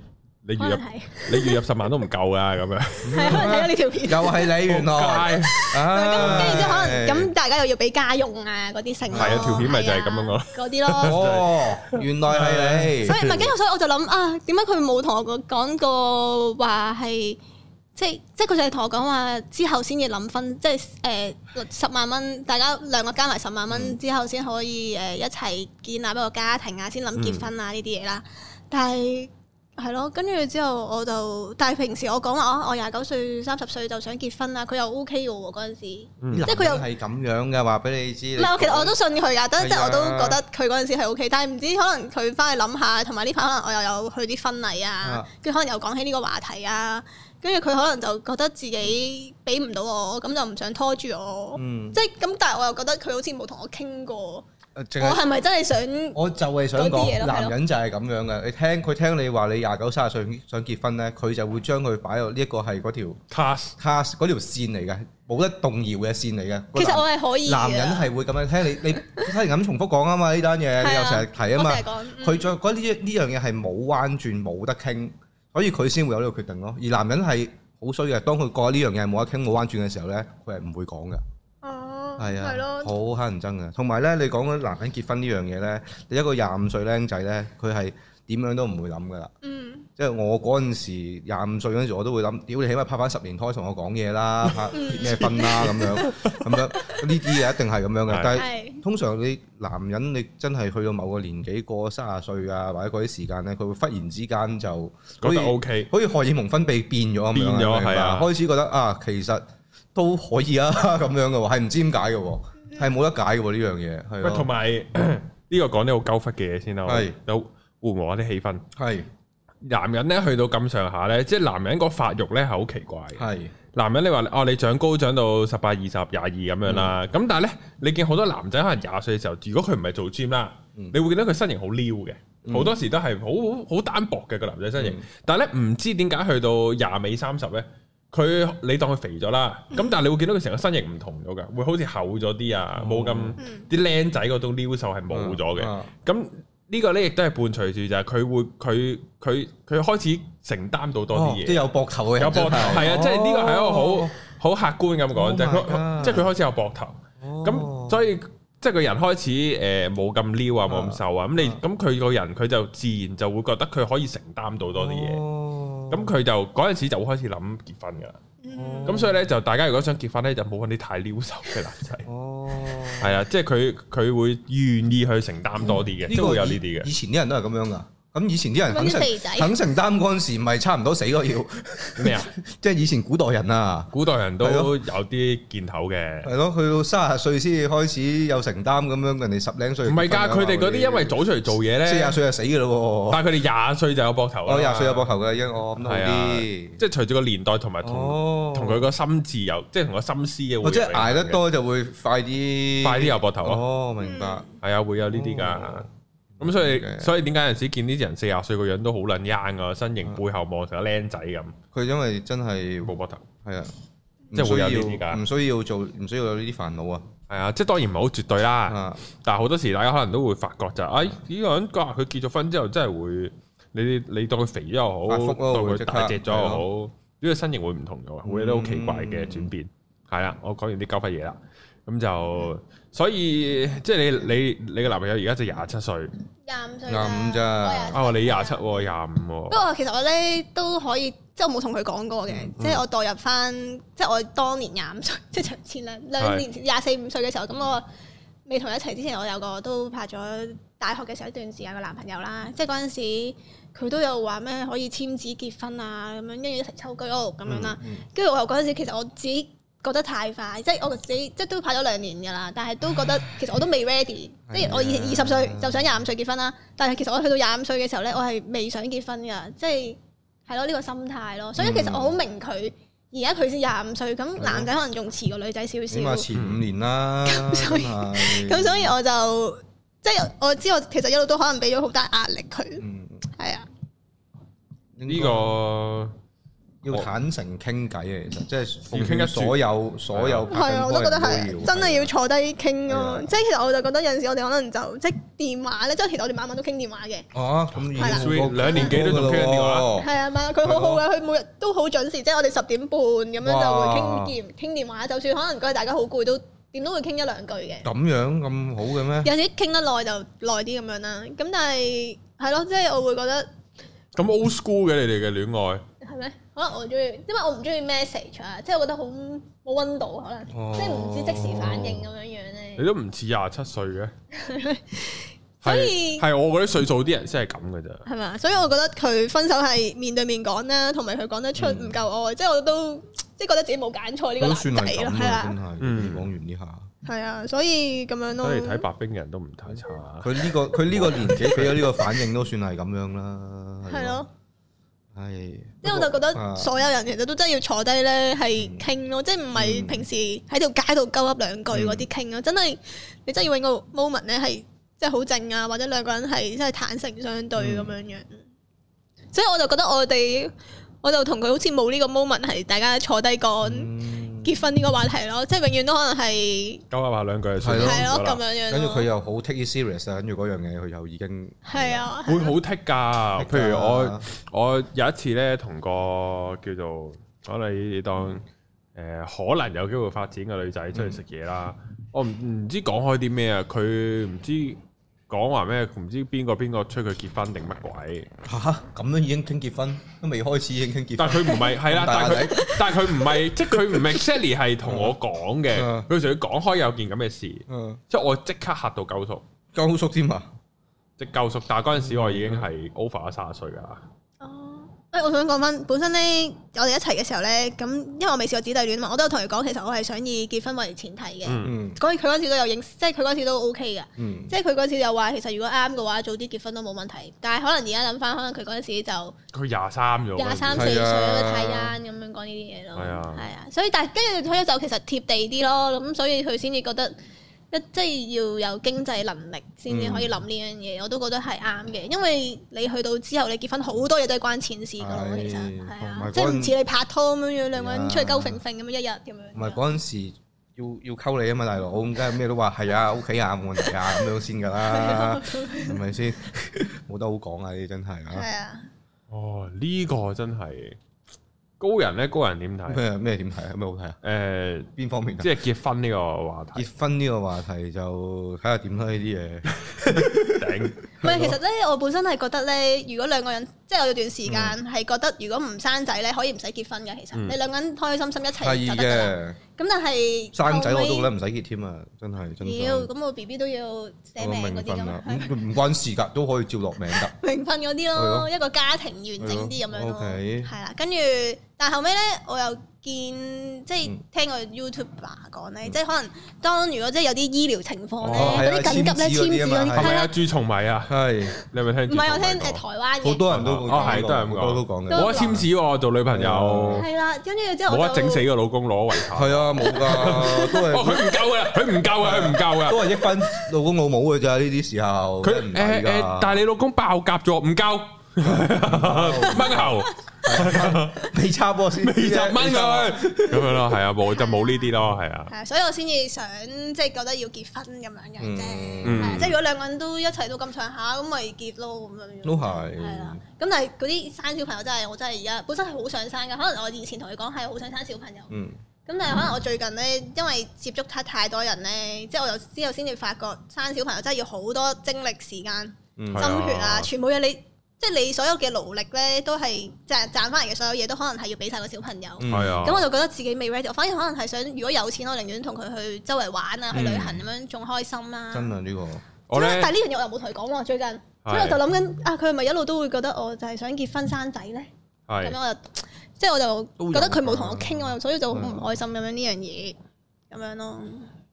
你
可
月入
能係
你月入十萬都唔夠啊噶咁樣。
係可能睇咗呢
嗯
條片。
又係 你原來，
街
咁
啊
跟住之後，可能咁大家又要俾家用啊嗰啲成咯，
係啊條片咪就係咁樣咯
係啊嗰啲咯。
哦，原來係你
所。以咪跟住，所以我就諗啊，點解佢冇同我講過話係？即係即係佢就係同我講話之後先至諗分，即係誒十萬蚊，大家兩個加埋十萬蚊之後先可以誒、一齊建立一個家庭啊，先諗結婚啊呢啲嘢啦。但係係咯，跟住之後我就，但係平時我講話啊我廿九歲、三十歲就想結婚啊，佢又 O K 嘅喎嗰陣時。
嗯
即係佢又
係咁樣嘅，話俾你知。
唔係，我其實我都信佢㗎，
係啊
但即係我都覺得佢嗰陣時係 O K，但係唔知可能佢翻去諗下，同埋呢排可能我又有去啲婚禮啊
啊，
跟住可能又講起呢個話題啊，跟住佢可能就覺得自己俾唔到我，咁就唔想拖住我，
嗯，
即係咁，但係我又覺得佢好似冇同我傾過，
淨
嗯
係
我係咪真係想？
我就係想
嗰啲嘢
講，
咯
男人就係咁樣嘅。你聽佢聽你話你廿九三十歲想結婚咧，佢就會將佢擺落呢一個係嗰條
task
task 嗰條線嚟嘅，冇得動搖嘅線嚟嘅。個
其實
男
我係可以嘅
男人係會咁樣聽你，你不停咁重複講啊嘛，呢單嘢
係啊
你又成日提啊
我
嘛
成日。講
佢
嗯
再覺得呢呢樣嘢係冇彎轉，冇得傾，所以佢先會有呢個決定咯。而男人係好衰嘅，當佢覺得呢樣嘢冇得傾、冇彎轉嘅時候咧，佢係唔會講嘅。
哦，
係
係
啊，
咯，
好乞人憎嘅。同埋咧，你講緊男人結婚呢樣嘢咧，你一個廿五歲僆仔咧，佢係點樣都唔會諗噶啦。
嗯
即係我嗰陣時廿五歲嗰陣時，我都會諗，屌你起碼拍翻十年拖同我講嘢啦， 拍
嗯
結咩婚啦咁樣，咁樣呢啲嘢一定係咁樣嘅
係。
但係
係
通常你男人你真係去到某個年紀過三十歲啊，或者嗰啲時間咧，佢會忽然之間就
覺得
好似
OK，
好似荷爾蒙分泌變咗咁樣啊，
變咗
你明白
係啊
開始覺得啊，其實都可以啊咁樣嘅喎，係唔知點解嘅喎，係冇得解嘅喎呢樣嘢，係
喂，
咯
同埋 呢個講啲好鳩忽嘅嘢先啦，啊
係
有緩和啲氣氛。
係
男人咧去到咁上下咧，即係男人個發育咧係好奇怪嘅。
係
男人你話哦，你長高長到十八、二十、廿二咁樣啦，
嗯
咁、但係咧，你見好多男仔可能廿歲嘅時候，如果佢唔係做 gym 啦，
嗯
你會見到佢身形好撩嘅，好、多時都係好好好單薄嘅個男仔身
嗯
形。但係咧，唔知點解去到廿尾三十咧，佢你當佢肥咗啦，
嗯
咁、但係你會見到佢成個身形唔同咗㗎，會好似厚咗啲啊，冇咁
哦
嗯
啲僆仔嗰種撩瘦係冇咗嘅。
啊
咁呢個咧亦都係伴隨住就係佢會佢佢佢開始承擔到多啲
哦
嘢
即係。有膊頭嘅人
有
真
膊頭，係啊，即係呢個係一
哦
個好好客觀咁
Oh
講，就係
my
佢
God
即係佢開始有膊頭，
哦
咁所以即係個人開始誒冇咁撩啊，冇咁瘦啊，咁你
啊
咁佢個人佢就自然就會覺得佢可以承擔到多啲嘢，
哦
咁佢就嗰陣時就會開始諗結婚㗎啦。
嗯
咁所以咧就大家如果想結婚咧，就冇揾啲太撩手嘅男仔，
哦
係啊，即係佢佢會願意去承擔多啲嘅，
呢
即係
個
會有
以
呢啲嘅
以。前啲人都係咁樣噶。咁以前啲人肯承
搵啲肥仔
肯承擔嗰陣時，咪差唔多死咯要，
咩啊？
即係以前古代人啊。
古代人都
係咯
有啲見頭嘅。
係咯，去到三十歲先開始有承擔咁樣，人哋十零歲啊
唔係㗎，佢哋嗰啲因為早出嚟做嘢咧，
四廿歲就死㗎 咯喎。哦
但係佢哋廿歲就有膊頭啊嘛
我廿歲有膊頭嘅，因為我諗到
係啊，
啲
即。係隨住個年代同埋同
哦
同佢個心智有，即係同個心思嘅
我
會
哦即
有
係
影響
捱得
嘅，
多就會快啲，
快啲有膊頭咯，
哦，明
嗯
白。
係啊，會有呢啲㗎。咁所以
嘅
所以點解有陣時見啲人四廿歲個樣都好撚 young 啊，身
哦
形背後望成個僆仔咁，
佢因為真係
冇膊頭。
係啊，唔
即係會有
需
呢
要
啲㗎
唔需要做，唔需要有呢啲煩惱啊。
係啊，即係當然唔係好絕對啦，
啊，
但係好多時大家可能都會發覺就係，哎呢個人佢結咗婚之後真係會，你你當佢肥咗又好，
發福咯
當
會
佢
即刻嗯
大隻咗又好，呢個身形會唔同咗，會有啲好奇怪嘅轉變。係啦，我講完啲鳩忽嘢啦，咁就所以即係你你你嘅男朋友而家就廿七歲，
廿五歲
廿五咋
啊
我廿七
你廿七喎廿五
不
喎，
過其實我咧都可以，即係我冇同佢講過嘅，即係我代入翻，即係我當年廿五歲， 即係前兩兩年前廿四五歲嘅時候，咁我未同佢一齊之前，我有個都拍咗大學嘅時候一段時間嘅男朋友啦，即係嗰陣時佢都有話咩可以簽字結婚啊咁樣，跟住一齊抽居屋咁樣啦，
嗯
跟住、我又嗰陣時其實我自己覺得太快，即係我自己即係都拍咗兩年㗎啦，但係都覺得其實我都未 ready，即係我以前二十歲就想廿五歲結婚啦，但係其實我去到廿五歲嘅時候咧，我係未想結婚㗎，即係係咯呢個心態咯，所以其實我好明佢而家佢先廿五歲，咁男仔可能仲遲過女仔少少
起。碼前五年 啦，
所以
真係
咁所以我就即係我知我其實一路都可能俾咗好大壓力佢，
嗯
係啊，
應該
呢個
要坦誠傾偈嘅，其實即係
要傾得住
所有所有拍
係啊，
緊
我都覺得
拖
係
人都
真係要坐低傾
係啊
咯。即係其實我就覺得有陣時我哋可能就即係電話咧，即係其實我哋晚晚都傾電話嘅，
啊，咁已經
係啦
好多
兩年幾都仲傾緊電話
好多㗎喇喎
係啊，晚佢好好嘅，佢每日都好準時，即係我哋十點半咁樣
哇
就會傾電傾電話，就算可能嗰日大家好攰都點都會傾一兩句嘅。
咁樣咁好嘅咩？
有時傾得耐就耐啲咁樣啦，咁但係係咯，即係我會覺得
咁 old school 嘅你哋嘅戀愛，
係咪？可能我中意，因為我唔中意 message 啊，即係我覺得好冇温度，可能
哦
即係唔知即時反應咁啊樣樣咧
你。都唔似廿七歲 嘅，
嗯所以
係係我嗰啲歲數啲人先係咁嘅咋。
係咪啊？所以我覺得佢分手係面對面講啦，同埋佢講得出唔夠愛，即係我都即係覺得自己冇揀錯呢個
嗯都
男
算
仔
係
咯，
咁
係
啦，真
啊，
係
嗯
講完呢下。
係啊，所以咁樣咯
所以。睇白冰嘅人都唔太差。
佢呢、個佢呢個年紀俾咗呢個反應都算係咁樣啦，
係咯，，
係。
即係我就覺得
啊
所有人其實都真係要坐低咧，係傾咯，即係唔係
嗯
平時喺條街度鳩噏兩句嗰啲傾咯，真係你真係要揾個 moment 咧係即係好靜啊，或者兩個人係真係坦誠相對
嗯
咁樣樣。所以我就覺得我哋我就同佢好似冇呢個 moment 係大家坐低講
嗯
結婚呢個話題咯，即係永遠都可能係
鳩噏下啊兩句就算
係咯
啦
係
唔
咯
得啦
咁樣樣咯。
跟住佢又好 take it serious 啊，跟住嗰樣嘢佢又已經
係啊，
會好剔㗎。哦譬如我我有一次咧，同個叫做我哋你當誒、呃可能有機會發展嘅女仔出去食嘢啦。我唔唔知講開啲咩啊，佢唔知講話咩，唔知邊個邊個催佢結婚定乜鬼。
嚇咁樣已經傾結婚，都未開始已經傾結
但
婚，
係佢唔 係係啦，
咁大
但
壓
係佢但係佢唔係即係佢唔係 Sally 係同我講嘅
嗯，
佢仲要講開有件咁嘅事，
嗯，
即係我即刻嚇到狗熟，
夠熟添啊！
即係夠熟。但係嗰陣時我已經
嗯
係 over 咗卅歲㗎啦。
哦，誒，我想講翻，本身咧，我哋一齊嘅時候咧，咁因為我未試過姊弟戀嘛，我都有同佢講，其實我係想以結婚為前提嘅。
嗯
嗯
嗰佢嗰陣時都有認，即係佢嗰陣時都 OK 嘅，
嗯，
即係佢嗰陣時又話其實如果啱嘅話，早啲結婚都冇問題。但係可能而家諗翻，可能佢嗰陣時就
佢廿三咗，
廿
嗰陣
三
時
四歲
係啊
太啱咁樣講呢啲嘢咯，
係啊
係啊，所以但係跟住佢就其實貼地啲咯，咁所以佢先至覺得一即係要有經濟能力
嗯
先至可以諗呢樣嘢，我都覺得係啱嘅，因為你去到之後你結婚好多嘢都係關錢事噶咯，
係
其實係
同埋嗰，陣
啊即係唔似你拍拖咁樣樣兩個人出去
係啊
鳩揈揈咁樣一日咁
唔係啊
樣，
嗰陣時要要溝你啊嘛，大佬，咁梗係咩都話係啊，OK 啊，冇問題啊，咁樣先㗎
啊
啦，係咪先？冇得好講啊，呢啲真係啊！
係啊，
哦，呢、個真係高人咧，高人點睇？誒、
咩咩點睇啊？有咩好睇啊？邊方面啊？
即係結婚呢個話題，
結婚呢個話題就睇下點啦呢啲嘢。
頂
唔係其實咧，我本身係覺得咧，如果兩個人即係我有段時間
嗯
係覺得如果唔生仔咧，可以唔使結婚嘅，其實
嗯
你兩個人開開心心一齊
係
就得㗎啦。
嘅，
咁但係
生仔我
後
都
尾
覺得唔使結添啊，真係真心。
要咁我 B B 都要寫
我
名
明
嗰啲
分
咁
啦
啊，，
唔唔關事㗎，都可以照落名㗎。
名分嗰啲
係咯
咯，一個家庭完整啲咁樣
係咯
咯，
，OK
係啦。跟住，但後尾咧，我又見即係
嗯
聽個 YouTuber 講咧，即係可能當如果即係有啲醫療情況
哦
係
咧，
啊
嗰啲緊急
簽
咧簽
字嗰啲
字
啊
嗰啲
係
嘛
咪
係
啊？
啦，
朱松米啊，
係，
你係咪聽
唔
朱松米講？
係我聽誒台灣
好
嘅，
多人都
哦係都係咁講
好多都講
都
嘅。
冇得簽紙喎，做女朋友
係啦。跟住之後
冇得
我就
整死個老公攞遺產。
係啊，冇㗎，都
哦，
係
佢唔夠啊，佢唔夠啊，佢唔夠啊。
都係益翻老公老母㗎咋呢啲時候。
佢
真係唔
誒
係
誒，但係
㗎，
你老公爆夾咗， 唔夠掹喉，
未插波先，
二十蚊佢咁樣咯，係啊，冇就冇呢啲咯，係啊，
係啊，所以我先至想即係覺得要結婚咁樣樣啫。
嗯
係啊即係如果兩個人都一齊都咁上下，咁咪結咯咁樣樣。
都係
係啦，咁但係嗰啲生小朋友真係我真係而家本身係好想生㗎，可能我以前同佢講係好想生小朋友，咁
嗯，
但係可能我最近咧，因為接觸太太多人咧，即係我又之後先至發覺生小朋友真係要好多精力、時間、
嗯
係啊
心血啊，全部嘢你即係你所有嘅勞力咧，都係賺賺翻嚟嘅所有嘢，都可能係要俾晒個小朋友。
嗯
係啊。
咁我就覺得自己未 ready，我反而可能係想，如果有錢，我寧願同佢去周圍玩啊，去旅行咁樣，仲開心啦。
真啊呢個
嗯我咧
但係呢樣嘢我又冇同佢講喎，最近，所以我就諗緊啊，佢係咪一路都會覺得我就係想結婚生仔咧？咁
係啊
樣我就即係我
都有
就覺得佢冇同我傾，啊
㗎
我所以就好唔開心咁樣呢樣嘢咁樣咯。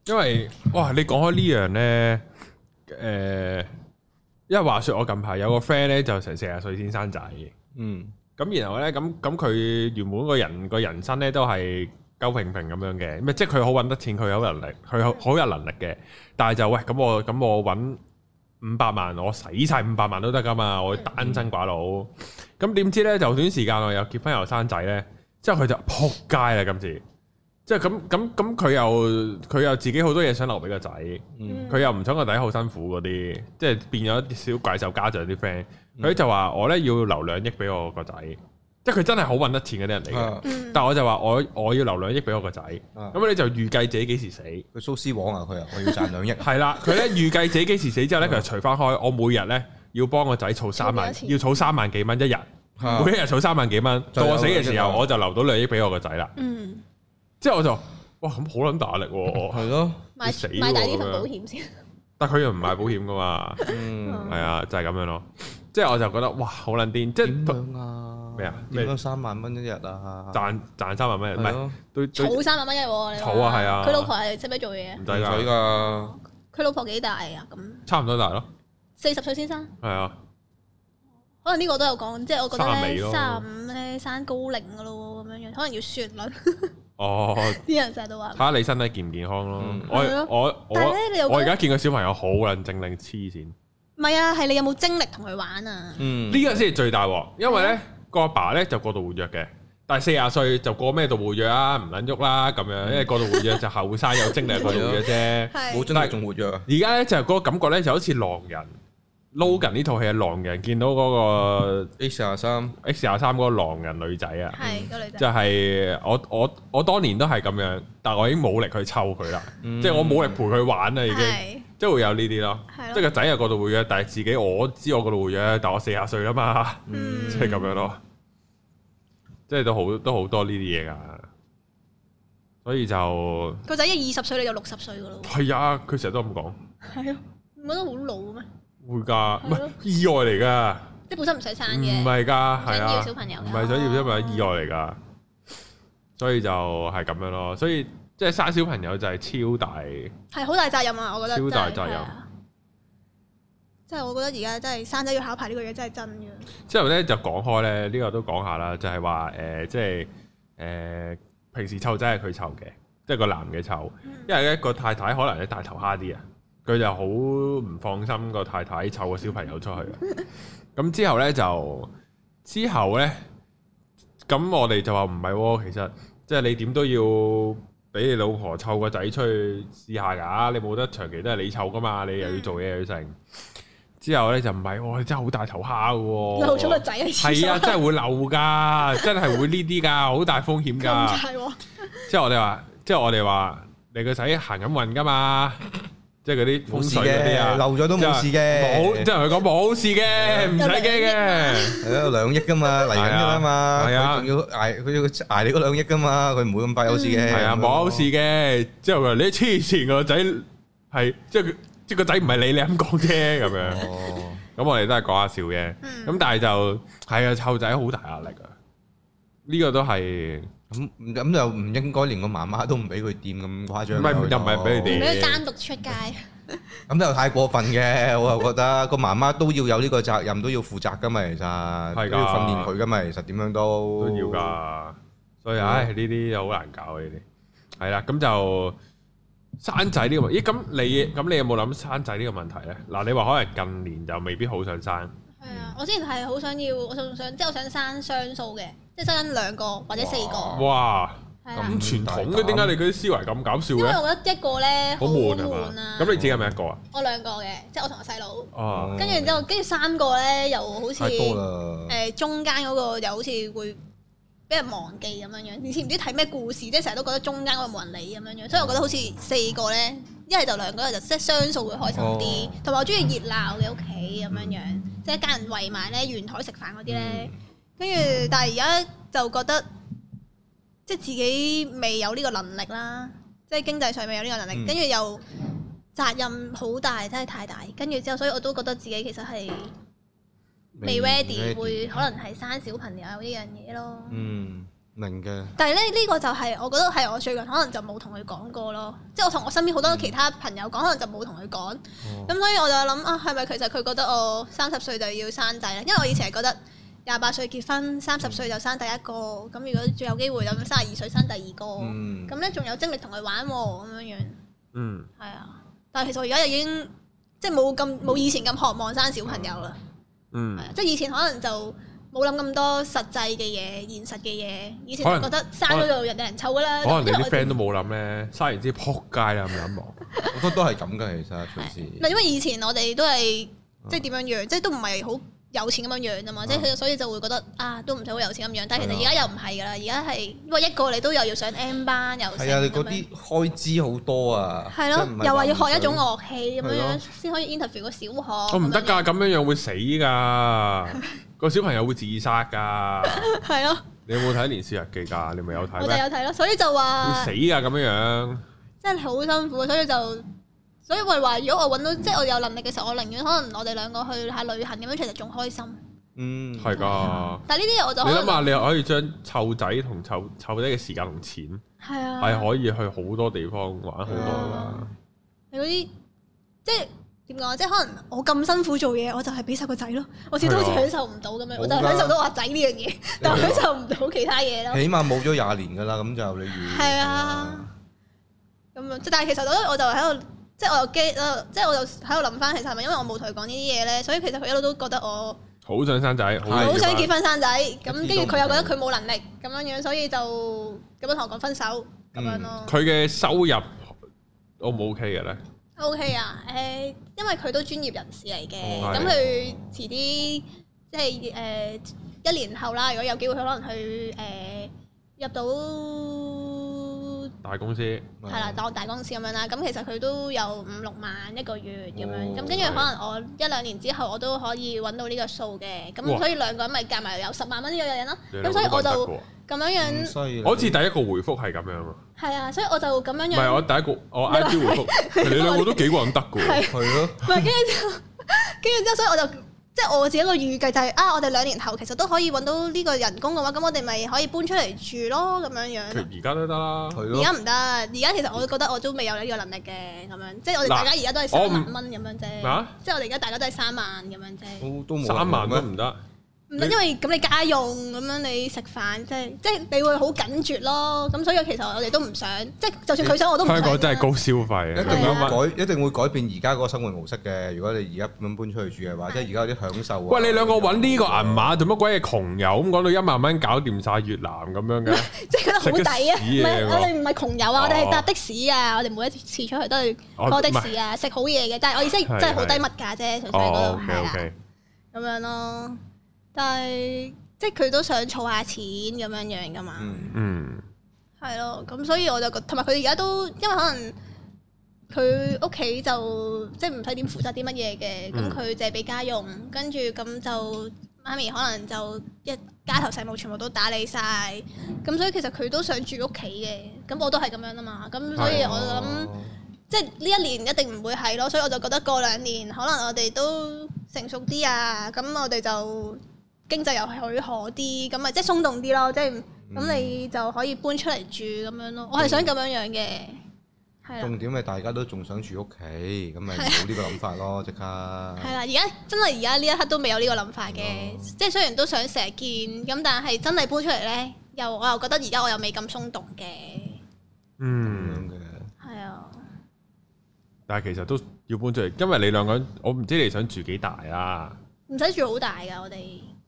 因為哇，你講開呢樣呢，诶、因為話說我近排有個 friend 呢，就成四十歲先生仔，
嗯
咁然後咧，咁咁佢原本個人個人生咧都係鳩平平咁樣嘅，咪即係佢好揾得錢，佢有能力，佢好好有能力嘅。但係就喂，咁我咁我揾五百萬，我使晒五百萬都得噶嘛，我單身寡佬。咁點知咧，就短時間內又結婚又生仔咧，之後佢就撲街啦今次。即係咁咁咁，佢又佢又自己好多嘢想留俾個仔。
嗯
佢又唔想個仔好辛苦嗰啲，即係變咗啲小怪獸家長啲 friend。佢
嗯
就話我咧要留兩億俾我個仔，即係佢真係好揾得錢嗰啲人嚟嘅。
啊
嗯
但我就話我我要留兩億俾我個仔，
啊
咁你就預計自己幾時死。，
佢蘇斯王啊，佢啊，我要賺兩億
係啦，佢咧預計自己幾時死之後
啊
咧，佢就除翻開，我每日咧要幫個仔儲三萬
儲幾多，錢
要儲三萬幾蚊一日，
啊
每一日儲三萬幾蚊，
就
到
有
我死嘅
兩億啊
時候
啦
我就留到兩億俾我個仔啦。
嗯，
之後我就哇咁好撚大力 喎，
係咯，
買
死喎
買大啲份
咁樣
保險先。
但佢又唔買保險噶嘛。
嗯，
系啊，就係咁樣咯。即係我就覺得哇，好撚癲！即
點
係
樣啊？
咩啊
點樣三萬蚊一日啊？
賺賺三萬蚊，唔
係
係
咯
對對唔
儲三萬蚊一日喎，你話
儲啊係啊
佢老婆係識唔識做嘢？啊
使
唔使
㗎，
㗎，
佢老婆幾大啊？咁
差唔多大咯。
四十歲先生，
係啊，
可能呢個都有講，即係我覺
三十
得
尾
咧，
咯
三十五咧生高齡噶咯喎，咁樣樣，可能要雪率，
哦，
啲人成日都話
睇。下你身體健唔健康咯
嗯。
我
係咯
我
但係咧你
我
又覺得
我而家見個小朋友好撚精靈黐線，
唔係啊，係你有冇精力同佢玩啊？
嗯，
呢個先係最大鑊，因為
嗯
咧個阿爸咧就過度活躍嘅。但係四廿歲就過咩度活躍啊，唔撚喐啦咁樣，因為過度活躍就後生有精力過度活躍啫。
冇
係
真係仲活躍啊，
而家咧就嗰個感覺咧就好似狼人 Logan 呢套戲嘅狼人，見到嗰個
H 廿三，
X 廿三嗰個狼人女仔啊，
係個女仔
就，係我我我當年都係咁樣，但我已經冇力去湊佢啦，
嗯
即係我冇力陪佢玩啦已經，
係
即係會有呢啲咯
係，咯
即係個仔又過度會約，但係自己我知我過度會約，但我四廿歲啦嘛，
嗯
即係咁樣咯，即係都好都好多呢啲嘢噶，所以就
個仔一二十歲你就六十歲噶咯喎，
係啊，佢成日都咁講，
係啊，唔覺得好老咩？
會㗎，唔
係
係
咯
意外嚟㗎。
即係本身唔想生
唔
嘅，
係㗎，係
想要
啊，
小朋友㗎
唔係想要小朋友意外嚟㗎，所以就係咁樣咯。所以即係生小朋友就係超大，
係好大責任啊！我覺得
超大
真係
責任
係啊即係我覺得而家真係生仔要考牌呢個嘢真係真嘅，
之後咧就講開咧，呢、個都講下啦，就係話誒，即係誒、呃平時湊仔係佢湊嘅，即係個男嘅湊，因為咧個太太可能咧大頭蝦啲啊，佢就好唔放心個太太湊個小朋友出去啊。咁之後咧就之後咧，咁我哋就話唔係喎，其實即係你點都要。俾你老婆湊個仔出去試下㗎，你冇得長期都係你湊㗎嘛，你又要做嘢又要成。之後咧就唔係喎，你真係好大頭蝦 喎。
漏咗個仔喺廁
哦係啊，
所，
真係會漏噶，真係會呢啲噶，好大風險
咁
噶。
大喎，
即係我哋話，即係我哋話，你個仔行緊運噶嘛，即係嗰啲
冇
風
事
水嗰啲
嘅，
啊，
漏咗都冇事
冇，
嘅，
即係佢講冇事嘅，唔使驚嘅。
係啊，兩億㗎嘛，嚟緊㗎啦嘛，
係啊
佢仲要捱，佢要捱你嗰兩億㗎嘛，佢唔會咁快有事嘅，
係啊，冇
哦
事嘅。之後佢話你黐線個仔係，即係佢即係個仔唔係你，你咁講啫咁樣。
哦，
咁我哋都係講下笑嘅。咁、
嗯
但係就係啊，湊仔好大壓力啊。呢、個都係。
咁咁就唔應該連個媽媽都唔俾佢掂咁誇
唔
張啊，
係
佢
又唔係俾佢
唔
掂
俾佢單獨出街，
咁就太過分嘅， 我又覺得個媽媽都要有呢個責任，都要負責噶嘛，其實
㗎
都要訓練佢噶嘛，其實點樣都
都要。噶，所以
嗯
哦
唉呢啲又好難搞啊呢啲，係啦，咁就生仔呢個問，咦咁你咁你有冇諗生仔呢個問題咧？嗱，你話可能近年就未必好想生，
係啊，我之前係好想要，我仲想即係我想生雙數嘅，即係生兩個或者四個，
哇！
係
咁
啊，
傳統嘅點解你嗰啲思維咁搞笑
因為
嘅？
我覺得一個咧
好悶係嘛
悶啊？
咁你自己係咪一個啊？
我兩個嘅，即係我同我細佬，
哦，
跟住然之後，跟住三個咧又好似
太多
誒、
啦，
中間嗰個又好似會俾人忘記咁樣樣，以前唔知睇咩故事，即係成日都覺得中間嗰個冇人理咁樣樣，所以我覺得好似四個咧，一係就兩個，一係就即係雙數會開心
哦
啲，同埋我中意熱鬧嘅屋企咁樣樣，即係一家人圍埋咧圓台食飯嗰啲
嗯
咧，跟住但係而家就覺得即係自己未有呢個能力啦，即係經濟上未有呢個能
嗯
力，跟住又。責任好大，真係太大。跟住之後，所以我都覺得自己其實係未 ready，會可能係生小朋友呢樣嘢咯。
嗯明嘅，
但係咧，呢、個就係我覺得係我最近可能就冇同佢講過咯。即係我同我身邊好多其他朋友講，可能就冇同佢講。咁、所以我就諗啊，係咪其實佢覺得我三十歲就要生仔咧？因為我以前係覺得廿八歲結婚，三十歲就生第一個，咁如果最有機會就咁三十二歲生第二個，
嗯
哦咁咧仲有精力同佢玩喎，咁樣樣
嗯，
係啊。但係其實我而家已經即係冇咁冇以前咁渴望生小朋友啦，係
嗯，
啊，即係以前可能就冇諗咁多實際嘅嘢、現實嘅嘢，以前
可能
就覺得生咗就有人湊噶啦，
可能
因
你
為
啲
我
friend 都冇諗咧，生完之後撲街啦，咁諗望。
哦
我覺得都係咁嘅，其實隨時
唔係因為以前我哋都係即係點樣
嗯
樣，即係都唔係好有錢咁樣樣啊嘛，即係所以就會覺得啊都唔使好有錢咁樣。但係其實而家又唔係㗎啦，而家係因為一個你都又要上 M 班又成
係啊，你
咁
嗰
樣。
啲開支好多啊，
係
即係唔
咯，
係
又話
話
要
唔想
學一種樂器咁樣
係
樣
咯
先可以 interview 個小學。
我哦唔得㗎，咁樣樣會死㗎， 個小朋友會自殺㗎。
咁樣。係咯，
你有冇睇《年少日記》㗎？你咪有
我
睇
就有
咩？啊
睇咯，所以就
會
話
死㗎咁樣樣。
真係好辛苦，所以就所以我話如果我揾到即係我有能力嘅時候，我寧願可能我哋兩個去下旅行咁樣，其實仲開心。
嗯
係㗎。
但係呢啲嘢我就
你
可
諗
能
下，你又可以將湊仔同湊湊仔嘅時間同錢，
係啊，
係可以去好多地方玩好多㗎。
啊
你嗰啲即係點講啊？即係可能我咁辛苦做嘢，我就係俾晒個仔咯。我始終好似享受唔到
啊
咁樣，我就
冇㗎
享受到我仔呢樣嘢， 但我享受唔到其他嘢咯。
起碼冇咗廿年㗎啦，咁就你預
係啊，咁樣即係但係其實我我就喺度，即係我又驚，我即係我就喺度諗翻，其實係咪因為我冇同佢講呢啲嘢咧？所以其實佢一路都覺得我
好想生仔，
係
好想
結婚。
結婚生仔，咁
都
跟
唔
住佢又覺得佢冇能力咁樣樣，所以就咁樣同我講分手咁樣咯。
佢嘅收入 O 唔 OK 嘅咧？
O K 啊，誒、因為佢都專業人士嚟嘅，
哦係
咁佢遲啲即係誒、一年後啦，如果有機會，佢可能去誒、入到
大公司
嘛
係啦，當大公司咁樣啦。咁其實佢都有五六萬一個月咁樣，
哦
咁跟住
係
可能我一兩年之後我都可以揾到呢個數嘅，咁
哇
所以兩個人咪夾埋有十萬蚊呢個人咯。
你兩
咁所以
個
我
都
就
得㗎喎
咁樣
咁
樣
犀利
我好似第一個回覆係咁樣啊，
係啊，所以我就咁樣
唔
樣
係我第一個我 I G 回覆， 你兩個都幾個人得㗎喎。
係咯，
唔係，跟住之後，跟住之後，所以我就即係我自己個預計就係、啊，我哋兩年後其實都可以揾到呢個人工嘅話，咁我哋咪可以搬出嚟住咯，咁樣
其實
樣。
而家都得啦。
係
而家
咯，
唔得，而家其實我都覺得我都未有呢個能力嘅，咁樣即係我哋
嗱
大家而家都係
我
三
唔
萬蚊咁樣
嗯咩
啫
啊，
即係我哋而家大家都係三萬咁樣啫。
都都冇
三萬都
蚊，
唔得，
唔得，因為咁你家用咁樣你食飯，即係即係你會好緊絕咯。咁所以其實我哋都唔想，即係就算佢想我都唔想
香
啦。
港真係高消費
一
啊！
定
咁樣
會改，一定會改變而家嗰個生活模式嘅。如果你而家咁樣搬出去住嘅話，即係而家有啲享受啊。
喂，你兩個揾呢個銀碼做乜鬼嘢窮遊咁講到一萬蚊搞掂晒越南咁樣 嘅？
即係覺得好抵啊！
食得屎嘢
唔係
喎
我哋唔係窮遊啊，我哋
哦
係搭的士啊，我哋每一次出去都係坐的士啊，食好嘢嘅。但係我意思係真係好低物價啫，純粹嗰
哦
度
，OK
係啦
OK，
咁樣咯。但係即係佢都想儲下錢咁樣樣噶嘛，
嗯，
嗯，
係咯。咁所以我就覺同埋佢而家都因為可能。佢屋企就即係唔使點負責啲乜嘢嘅，咁
嗯
佢就係俾家用，跟住咁就媽咪可能就一家頭細務全部都打理晒，咁所以其實佢都想住屋企嘅，咁我都係咁樣啊嘛，咁所以我就諗即係呢一年一定唔會係咯，所以我就覺得過兩年可能我哋都成熟啲啊，咁我哋就經濟又許可啲，咁咪即係鬆動啲咯，即係
嗯
嗯
咁你就可以搬出嚟住咁樣咯，我係想咁樣樣嘅，係啦。
重點係大家都仲想住屋企，咁咪冇呢個諗法咯，即刻。
係啦，而家真係而家呢一刻都未有呢個諗法
哦
嘅，即係雖然都想成日見，咁但係真係搬出嚟咧，又我又覺得而家我又未咁鬆動嘅，
咁
嗯。
樣嘅，
係啊，
但係其實都要搬出嚟，因為你兩個人，我唔知你想住幾大啊啦，
唔使住好大㗎我哋，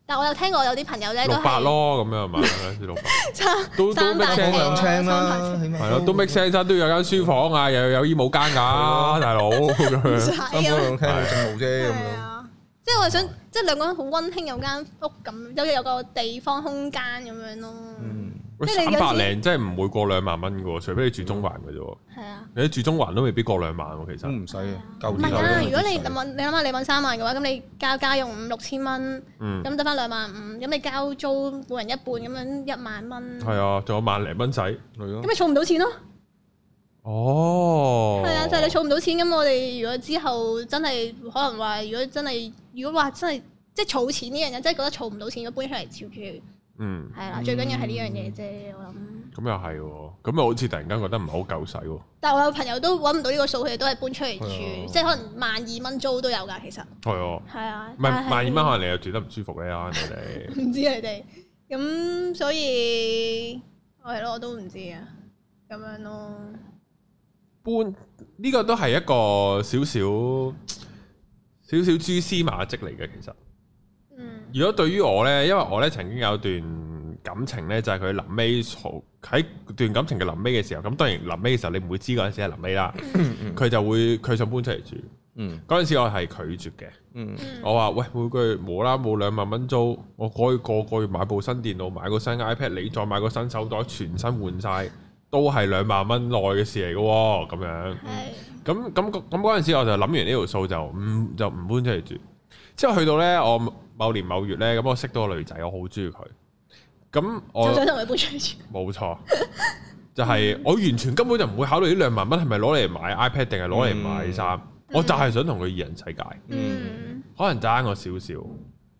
但我有聽過有啲朋友咧都
六百
係
咯咁樣係嘛？ 六百
三
都都
三
make
大
sense
尺
啊
兩
三
青
大
啦，
尺
起碼
係咯，都 make sense 啊都要有間書房啊，又有醫務間㗎，大佬咁
唔使
樣。
三房
咁，
兩廳好正路啫，咁
係
樣。
啊，即係我係
哦
想即係兩個人好温馨有間屋咁，有有個地方空間咁樣咯，
嗯，
喂，
即係
三
你有
百
時
零真係唔會過兩萬蚊嘅喎，除非你住中環嘅啫喎。
係啊。
你住中環都未必過兩萬喎，其
都
實。
唔使嘅，
唔
夠啲
係
夠
啊！
啦。
如果你諗你諗下，你揾三萬嘅話，咁你交家用五六千蚊，
嗯，
咁得翻兩萬五，咁你交租每人一半咁樣一萬蚊，
係
咁
啊，仲有萬零蚊仔。
係咯
咪，儲唔到錢咯？
哦。
係啊，就係你儲唔到錢，咁我哋如果之後真係可能話，如果真係如果話真係即係儲錢呢樣嘢，真係覺得儲唔到錢，如果搬出嚟住住，
嗯，
係啦，最緊要係呢樣嘢啫，我諗。
咁又係喎，咁又好似突然間覺得唔係好夠使喎，
但係我有朋友都揾唔到呢個數，佢哋都係搬出嚟
係啊
住，即係可能萬二蚊租都有㗎，其實
係喎，
係啊。
唔係
但係
萬二蚊可能你又住得唔舒服咧，可能你哋
唔知佢哋咁，所以係咯，我都唔知啊，咁樣咯。
搬呢個都係一個少少少少蛛絲馬跡嚟嘅，其實。
嗯
如果對於我呢，因為我呢曾經有段感情呢，就係佢臨尾嘈喺段感情嘅臨尾嘅時候，咁當然臨尾嘅時候你唔會知嗰陣時係臨尾啦，
嗯
佢就會佢想搬出嚟住。
嗯
嗰陣時我係拒絕嘅，
嗯
嗯
我話喂每個月冇啦冇兩萬蚊租，我可以個個月買部新電腦，買個新 iPad，你再買個新手袋，全新換晒，都係兩萬蚊內嘅事嚟嘅喎，咁樣。
係
咁咁咁嗰陣時，我就諗完呢條數就唔就唔搬出嚟住。之後去到呢，我某年某月呢，咁我識到個女仔，我好中意佢。咁
就
我
想同佢搬出去住。
冇錯，就係我完全根本就唔會考慮呢兩萬蚊係咪攞嚟買 iPad 定係攞嚟買衫。我就係想同佢二人世界，
嗯
可能爭我少少。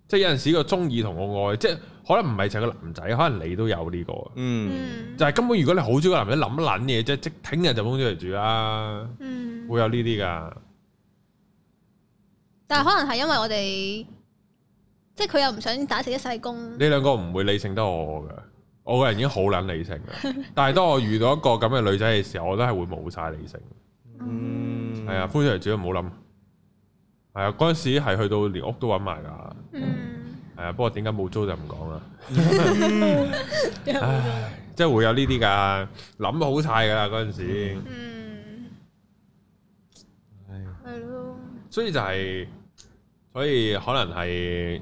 即係有陣時個中意同我愛，即係可能唔係就係個男仔，可能你都有呢、個。
嗯
嗯
就係根本如果你好中意個男仔，諗撚嘢啫，即聽日就搬出嚟住啦，
嗯，
啊會有呢啲㗎。
但係可能係因為我哋，即係佢又唔想打死一世工。
你兩個唔會理性得我嘅，我個人已經好撚理性嘅。但係當我遇到一個咁嘅女仔嘅時候，我都係會冇晒理性。
嗯
係啊，，搬出嚟住都唔好諗。係啊，嗰陣時係去到連屋都揾埋㗎。
嗯，
係啊，不過點解冇租就唔講啦。
因為冇咗
唉，即係會有呢啲㗎，諗好晒㗎啦嗰陣時。
嗯，
唉
係咯，
所以就係、所以可能係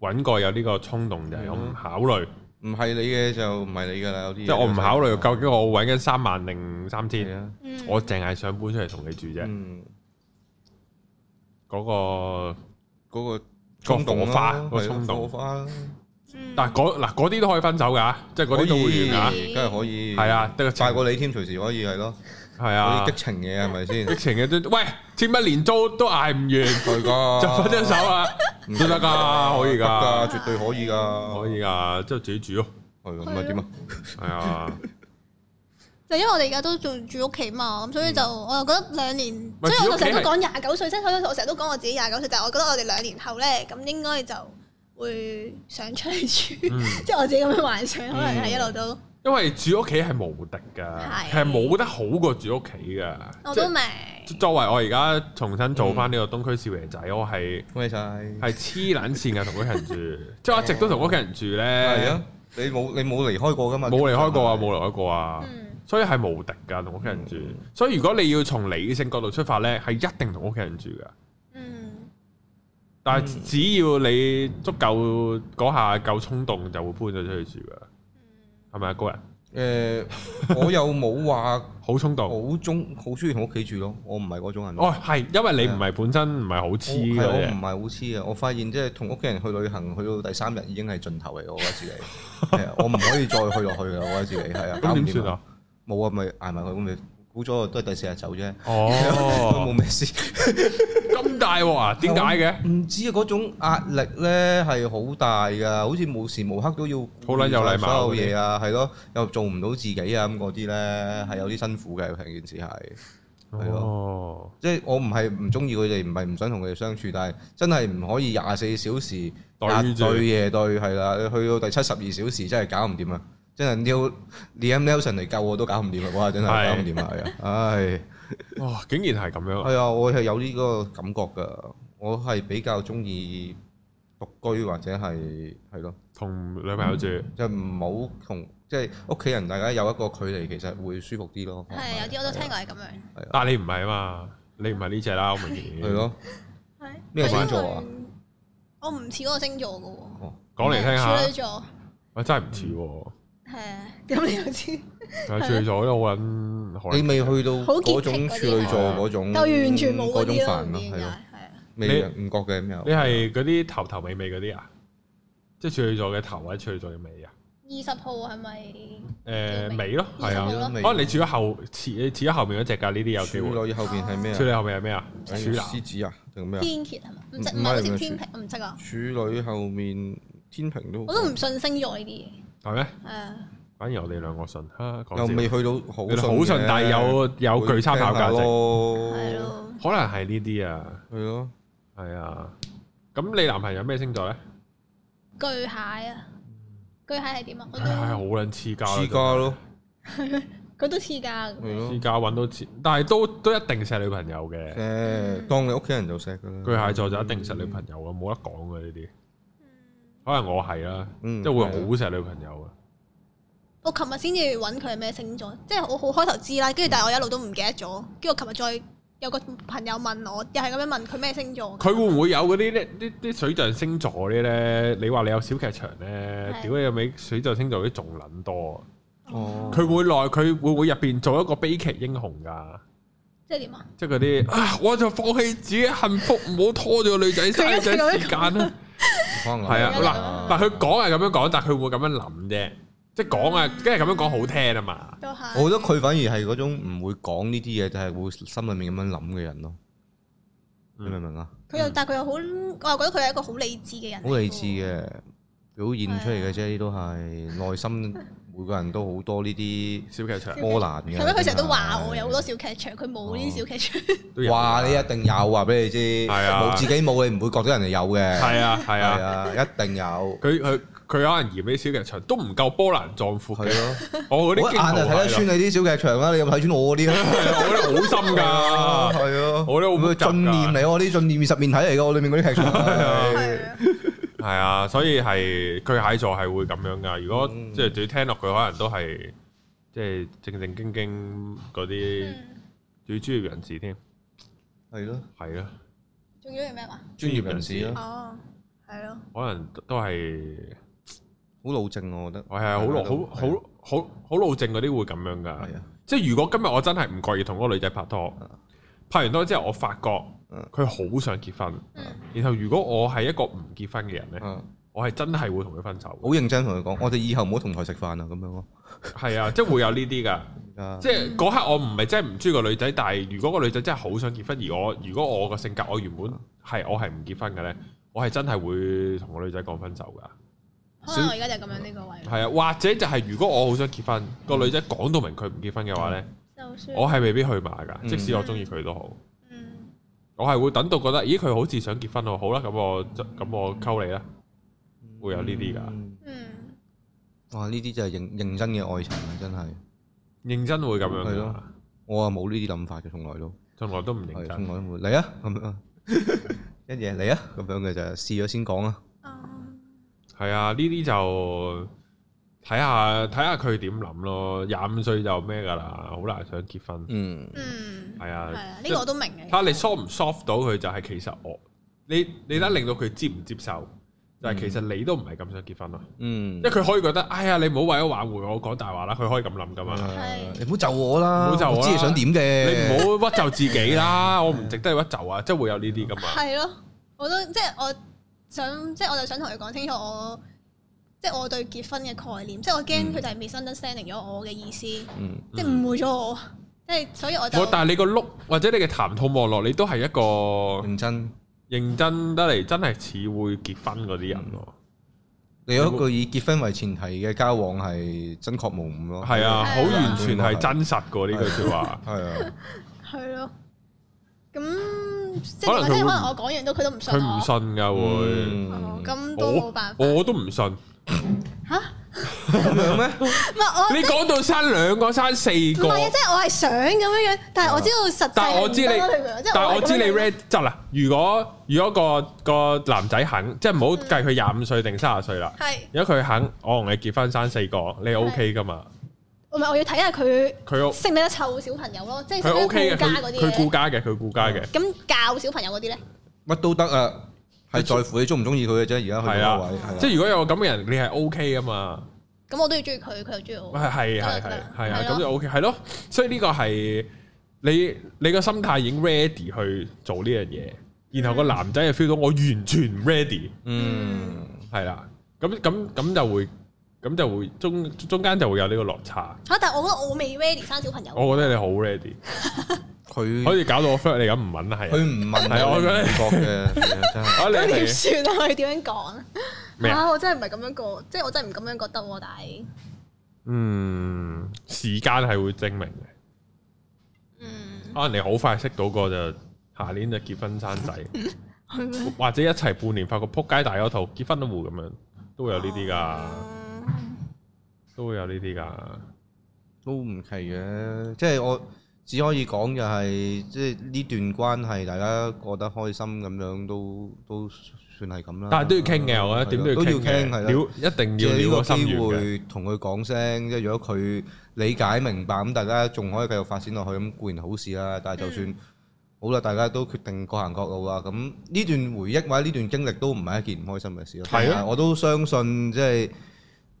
揾個有呢個衝動就係我
嗯
唔考慮，
唔係你嘅就唔係你噶啦，有啲
即係我唔考慮究竟我揾緊三萬零三
嗯係
千，
啊，
嗯
我淨係想搬出嚟同你住啫。
嗯，
嗰、個，
嗰個
個
衝動
火花
咯
個
係啊
衝動
火花啦
嗯
但係嗰嗱嗰啲都可以分手㗎，即係嗰啲都會完
可以
㗎，
梗係可以，
係啊，得個情
快過你添，隨時可以係咯，
係
嗰
啊
啲，激情嘢係 咪先？
激情嘅都喂，簽一年租都捱唔完，
係噶，
就分咗手啊，
唔
都得㗎，可以
得㗎，
㗎，
絕對可以㗎，
可以㗎，之後自己住咯，
係咁咪點啊？
係啊，
就因為我哋而家都仲住屋企嘛，咁所以就我又覺得兩年，
嗯唔係
所以
住屋
我就
企
成日都
係
講廿九歲，即係我成日都講我自己廿九歲，但係我覺得我哋兩年後咧，咁應該就會想出嚟住，
嗯。
即係我自己咁樣幻想，可能係一路都
因為住屋企係無敵㗎，
係
係冇得好過住屋企㗎。
我都明，
即係作為我而家重新做翻呢個東區少爺仔，我 係
恭喜晒！
係黐撚線嘅同屋企 人住，即係我一直都同屋企人住
係
咧
啊，，你冇你冇離開過㗎嘛？
冇離開過啊，冇離開過啊，
嗯
所以係無敵㗎同屋企人住。
嗯
所以如果你要從理性角度出發咧，係一定同屋企人住㗎。
嗯
但
嗯
係只要你足夠嗰下夠衝動，就會搬咗出去住㗎，
嗯
係咪啊？高人
誒，我又冇話
好衝動，
好中好中意同屋企住咯，我唔係嗰種人。
哦係，因為你唔係本身唔係好黐
係
嗰
我
啲
唔係好黐嘅，我發現即係同屋企人去旅行，去到第三日已經係盡頭嚟嘅，我覺得自己係啊，我唔可以再去落去嘅，我覺得自己係啊，搞
咁
唔
點
掂
算啊？？
冇啊，咪捱埋佢咁咪估咗都係第四日走啫， 都冇
哦，
咩事。
咁大鑊啊？點解嘅？
唔知啊，嗰種壓力咧係好大㗎，好似無時無刻都要
好撚有禮貌
所有嘢啊，係咯，又做唔到自己啊咁嗰啲咧係有啲辛苦嘅，成件事係。係咯
哦，
即係我唔係唔中意佢哋，唔係唔想同佢哋相處，但係真係唔可以廿四小時
對
日
住
對夜對係啦。你去到第七十二小時真係搞唔掂啊！真係 Neil Liam Nelson 嚟救我都搞唔掂啊！哇，真係
係
搞唔掂啊！係啊，唉，
哇，竟然係咁樣啊！
係啊，我係有呢個感覺㗎。我係比較中意獨居或者係係咯，
同女朋友住，
即係唔好同即係屋企人大家有一個距離，其實會舒服啲咯。
啊哦
係有啲我都聽過係咁樣，
但係你唔係啊嘛，你唔係呢只啦，好明顯。
係，咯，
係
咩星座啊？
我唔似嗰個星座嘅喎，
講嚟聽
嗯處
下，
女座
我真係唔似
嗯
喎。
係啊，咁你又知，
但係處女座咧好撚，好
你
撚
未去到
好
嗰
潔
種
癖嗰啲
處女座
哦
嗰
嗯
種，
但我完全冇
嗰
嗰
種
啲咯，
煩
唔
咯，
知點
係
解係
咯，
啊，
未唔覺嘅咁
你
又。
係啊嗰啲頭頭尾尾嗰啲啊？即係處女座嘅頭或者處女座嘅尾啊？
二十號係咪？
誒尾咯，係
二十
啊。
號咯
可能你處咗後，似你處咗後面嗰只㗎，呢啲有機
處
會。
女後邊係咩啊
處？女後面係咩啊？處
哎
男
獅子啊定咩啊？
天蝎係咪？唔識
唔
唔
係
係好
唔係
似天平，我唔識啊。
處女後面天平都
我都唔信星座呢啲嘢，
係咩？
係啊，
反而我哋兩個信嚇，
又
講
未
笑
去到好
你哋
信
好信，
嘅
但係有有具參考價值，
係
值。
咯，
可能係呢啲啊，
係咯，
係啊。咁你男朋友咩星座咧？
巨蟹啊，巨蟹係點啊？我
係好
都
撚黐家啦，
私家咯，
佢都似
係
㗎，
真係，
咯
黐，家揾到黐，但係都都一定錫女朋友嘅。
誒，當你屋企人就錫噶啦。
巨蟹座就一定錫女朋友嘅，冇得講嘅呢啲。
嗯
可能我係啦，
嗯
即係會好錫女朋友
我琴日先至揾佢係咩星座，即係我好開頭知啦，跟住但係我一路都唔記得咗，跟住我琴日再有個朋友問我，又係咁樣問佢咩星
嘅。
座，
佢會唔會有嗰啲咧？啲啲水象星座嗰啲咧？你話你有小劇場咧？
係
屌你有尾水象星座嗰啲仲撚多啊！
哦，
佢會內佢會唔會入邊做一個悲劇英雄㗎？
即係點啊？
即係嗰啲啊，我就放棄自己幸福，唔好拖住個女仔嘥女仔時間啦。
可能
係
係
啊，嗱，但係佢講係咁樣講，但係佢會咁樣諗啫，即係講啊，跟住咁樣講好聽啊嘛。
都係，
我覺得佢反而係嗰種唔會講呢啲嘢，就係會心裏面咁樣諗嘅人咯。你
嗯
明唔明啊？
佢又但係佢又好，我又覺得佢係一個好理智嘅人嚟喎，
好理智嘅，表現出嚟嘅啫，呢都係內心每個人都好多呢啲
小劇場
波瀾嘅。哦
係咩？佢成日都話我有好多小劇場，佢冇呢啲小劇場。
都有
哇！你一定有話俾你知，
係啊
冇自己冇，你唔會覺得人哋有嘅。
係啊係
係
啊，
啊，一定有。
佢佢佢可能嫌呢小劇場都唔夠波瀾壯闊
係
嘅。
咯，
我
我
嗰
一
啲
眼就睇得
經
穿你啲小劇場啦，你有冇睇穿我嗰啲
圖
啊？
係咯，我覺得好深㗎。
係啊，
我都好複雜㗎
盡念嚟，我啲盡念二十面體嚟㗎，我裏面嗰啲劇場。
係啊
係啊，所以係巨蟹座係會咁樣噶。如果
嗯
即係你聽落，佢可能都係即係正正經經嗰啲
嗯
最專業人士添，
係咯，
係咯，
仲要係咩話？
專業人士啊咯，
哦，係咯，
可能都係
好老正我覺得。
我係好老好好好好老正嗰啲會咁樣噶
係。啊，
即係如果今日我真係唔覺意同嗰個女仔拍拖
嗯，
拍完拖之後我發覺
嗯
佢好想結婚，
嗯，
然後如果我係一個唔結婚嘅人呢，
嗯
我係真係會同佢分手
好
嘅。
認真同佢講，我哋以後唔好同台食飯啊，咁樣咯。
係啊，即係會有呢啲㗎。
啊
即係嗰刻我唔係真係唔中意個女仔，但係如果個女仔真係好想結婚，而我如果我個性格我原本係我係唔結婚嘅呢，我係真係會同個女仔講分手㗎。
可能我而家就咁樣呢個位，
係啊，或者就係如果我好想結婚，個女仔講到明佢唔結婚嘅話呢，
就算
我係未必去馬㗎，
嗯
即使我中意佢都好，
嗯
我係會等到覺得咦佢好似想結婚喎，好啦咁我咁我溝你啦，會有呢啲㗎
嗯
嗯
哇！呢啲就係認認真嘅愛情啊，真係。
認真會咁樣
係
㗎
咯，我啊冇呢啲諗法嘅，從來都
從來都唔認
係
真
從。來都冇嚟啊咁樣， 一嘢嚟啊咁樣嘅就試咗先講啊。
嗯
係啊，呢啲就睇下睇下佢點諗咯。廿五歲就咩㗎啦，好難想結婚。
嗯，
嗯，
係啊
係啊，呢
即係
個我都明
睇
嘅。
下你 soft 唔 soft 到佢，就係其實我你你得令到佢接唔接受，就係其實你都唔係咁想結婚咯。
嗯
因為，佢可以覺得，哎呀，你唔好為咗挽回我講大話啦，佢可以咁諗噶嘛。
誒
係
啊你唔好就我啦，
唔好就我啦
我知你想點嘅。
你唔好屈就自己啦，我唔值得屈就啊，即係會有呢啲噶嘛。
係咯，我都即係我想，即係我就想同佢講清楚我。即係我對結婚嘅概念，即係我
嗯
驚佢就係 misunderstanding 咗我嘅意思，
嗯
即係誤會咗我，即係所以我就
我但係你個碌或者你嘅談吐望落，你都係一個
認真。
認真得嚟，真係似會結婚嗰啲人咯。
你嗰句以結婚為前提嘅交往係真確無誤咯。
係啊，
係啊
好完全係真實過呢句説話。
嗯係啊，
係咯，咁即
可
係
能佢會
點講即係可能我講完都佢都唔信
佢唔
我，
信㗎會，
哦
嗯
咁都冇
我
辦法。
我都唔信。
咁樣咩？
唔係我
你講到生兩個生四
唔
個，
係啊，即係我係想咁樣樣，但係我知道實際係
但係我知
唔
你
得咯明唔明，啊即係
但係我知你
係咁樣
ready 就嗱，如果如果個個男仔肯，即係唔好
嗯
計佢廿五歲定三十歲啦。
係
如果佢肯，我同你結婚生四個，你 OK 噶嘛？
唔係我要睇下佢
佢
識唔識得湊小朋友咯，即係
哦佢 OK 嘅，
識唔識得顧家
佢佢顧家
嗰啲嘢。
嘅，佢顧家嘅。
咁教小朋友嗰啲咧，
乜都得啊，係在乎你中唔中意佢嘅啫。而家去
係啊
到嗰個位，係啊
即係如果有個咁嘅人，你係 OK 噶嘛？
咁我都要中意佢，佢又中意我。
係係係
得
係
啦
係啊，
哦係咯
咁就 OK 係咯。所以呢個係你你個心態已經 ready 去做呢樣嘢，然後個男仔就 feel 到我完全唔 ready。
嗯，
係啦，咁咁咁就會，咁就會中中間就會有呢個落差。
嚇！但係我覺得我未 ready 生小朋友，
我覺得哦你好 ready，
佢
好似搞到我 friend 你咁唔問係
佢
啊，
唔問
係啊我
你
覺得
唔覺嘅，係啊真係。
啊你
咁點
係
算啊？我哋點樣講啊？
咩啊？
啊！我真係唔係咁樣過，即係我真係唔咁樣覺得喎。但係，
嗯，時間係會證明嘅，
嗯，
可能你好快識到個就下年就結婚生仔，
係咩？
或者一齊半年發覺撲街大咗肚，結婚都冇咁樣，都會有呢啲
哦
噶，都會有呢啲噶。
都唔奇嘅，即係我只可以講就係、即係呢段關係大家過得開心咁樣都都算係咁啦。
但係都要傾嘅，我覺得點
係
都
啦
要
哦
傾
都要
嘅
傾係，啦
了一定
借
要
呢
了
個
個心
機
願嘅。
會同佢講聲，即係如果佢理解明白，咁大家仲可以繼續發展落去，咁固然好事啦。但係就算、好啦，大家都決定各行各路啦，咁呢段回憶或者呢段經歷都唔係一件唔開心嘅事咯。
係啊
同埋我都相信即係。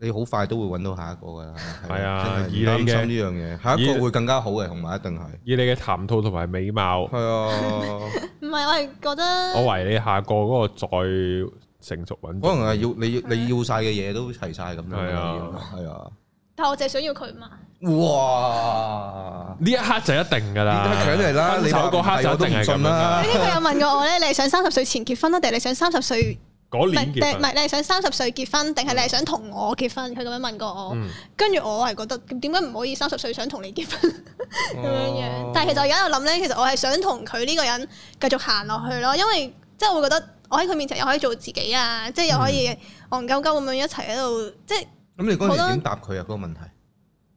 你好快都會揾到下一個㗎啦，
係啊
真
以
係
你
唔擔
嘅
心呢樣嘢，下一
以
個會更加好嘅，同埋一定係。
以你嘅談吐同埋美貌，
係啊，
唔係我係覺得，
我為你下個嗰個再成熟穩
可
重。
能係要你要你要晒嘅嘢都齊晒咁樣。
係啊，
係啊，
但我淨係想要佢嘛。
哇！
呢一刻就一定㗎
呢
啦，
刻梗係啦
分手嗰刻就一定係咁樣㗎啦
你話唔係我都唔信啦
因為佢有問過我咧，你係想三十歲前結婚啦，定係你想三十歲
嗰
唔係
年
定
結婚。
唔係你係想三十歲結婚，定係你係想同我結婚？佢咁樣問過我，
嗯
跟住我係覺得咁點解唔可以三十歲想同你結婚咁樣
哦
樣？但係其實我而家又諗咧，其實我係想同佢呢個人繼續行落去咯，因為即係我會覺得我喺佢面前又可以做自己啊，即係又可以戇鳩鳩咁樣一齊喺度，即係
咁你嗰陣時點答佢啊？嗰個問題，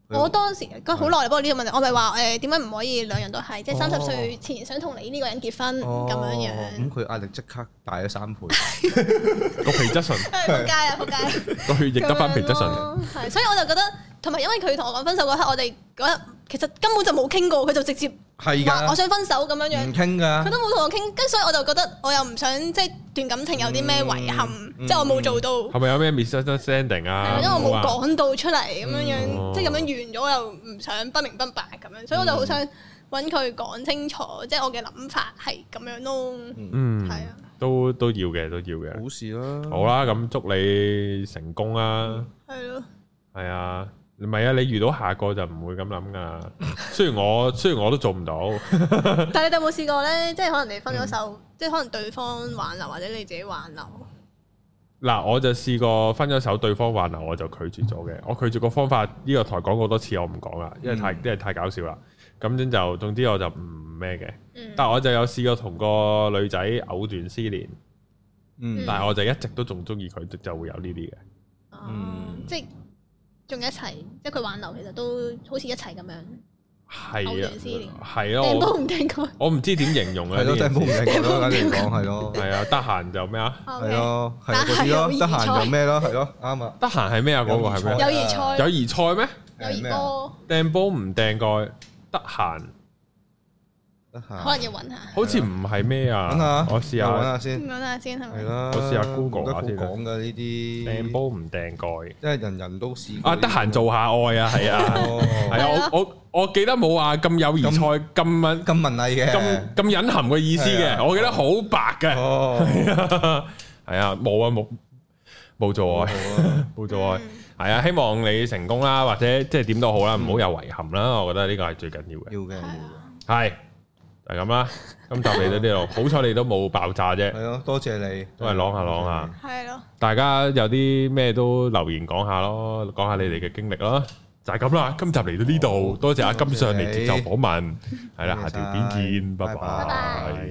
我當時嗰好耐啦不過呢個問題，我咪話誒點解唔可以兩樣都係，即係三十歲前想同你呢個人結婚
哦
咁樣
咁
樣。
佢壓力即刻大咗三倍，
個皮質醇，
誒仆街啊！仆街！
個血液得翻皮質
咁樣
醇。
咯係，所以我就覺得，同埋因為佢同我講分手嗰刻，我哋嗰日其實根本就冇傾過，佢就直接
係
話我
㗎，
想分手咁樣
唔
樣，
傾
佢
㗎，
都冇同我傾，跟所以我就覺得我又唔想即係段感情有啲咩遺憾，
嗯
即係我冇做到，係
係咪有咩 misunderstanding 啊？
因為我冇
啊
講到出嚟咁樣
嗯
哦
樣，即係咁樣完咗，我又唔想不明不白咁樣，所以我就好想揾佢講清楚，即係我嘅諗法係咁樣咯，
嗯
係，啊，
都都要嘅，都要嘅。
好事啦。
好啦，咁祝你成功啦。
係咯，
係啊，唔係啊，你遇到下個就唔會咁 諗噶。雖然我雖然我都做唔到，
但係你哋有冇試過咧？即係可能你分咗
嗯
手，即係可能對方挽留或者你自己挽留。
嗱，我就試過分咗手，對方挽留我就拒絕咗嘅。我拒絕個方法呢、個台講過好多次，我唔講啦，因為太因為太搞笑啦。咁樣就總之我就唔咩嘅，
嗯
但我就有試過同個女仔藕斷絲連，
嗯，
但係我就一直都仲中意佢，就會有呢啲嘅。
哦
嗯，
即係仲一齊，即係佢挽留，其實都好似一齊咁樣，藕
係
斷
啊
絲連，
哦
係
掟
咯，
都唔掟佢。
我我唔知點形容啊。
係咯，
呢件
真係冇唔
事
明咯，簡直講係咯，
係啊，得閒就咩啊？
O
係
K，
咯，係嗰啲咯，得閒就咩咯，係咯，啱啊。
得閒係咩啊？嗰個係咩？
友誼賽
友誼賽咩？
友誼歌，
掟波唔掟蓋，得閒
得閒
可能要揾下，
好似唔係咩
揾下
啊？，我試
揾
下
下先
咁，樣啦先係
係
咪？
啦。
我試下 Google 下先
冇
啦
得好講㗎呢啲。
掟波唔掟蓋
因為人人都試過
啊！得閒做下愛啊，係啊，
哦
係啊！我我我記得冇話咁友誼賽咁敏
咁文藝嘅，
咁咁隱含嘅意思
係啊
嘅，我記得好白 嘅，
哦，
係啊，冇啊冇冇做愛。冇做
嗯
愛，係啊！希望你成功啦，或者即係點都好啦，唔好有遺憾啦。我覺得呢個係最緊要嘅。
要嘅，
係就係咁啦，今集嚟到呢度，好彩你都冇爆炸啫
係，咯，多謝你，
都係啷下啷下。
係咯，
大家有啲咩都留言講下咯，講下你哋嘅經歷啦，就係咁啦。今集嚟到呢度，多謝阿金上嚟接受訪問，係啦，下條片見，拜
拜
拜。
拜。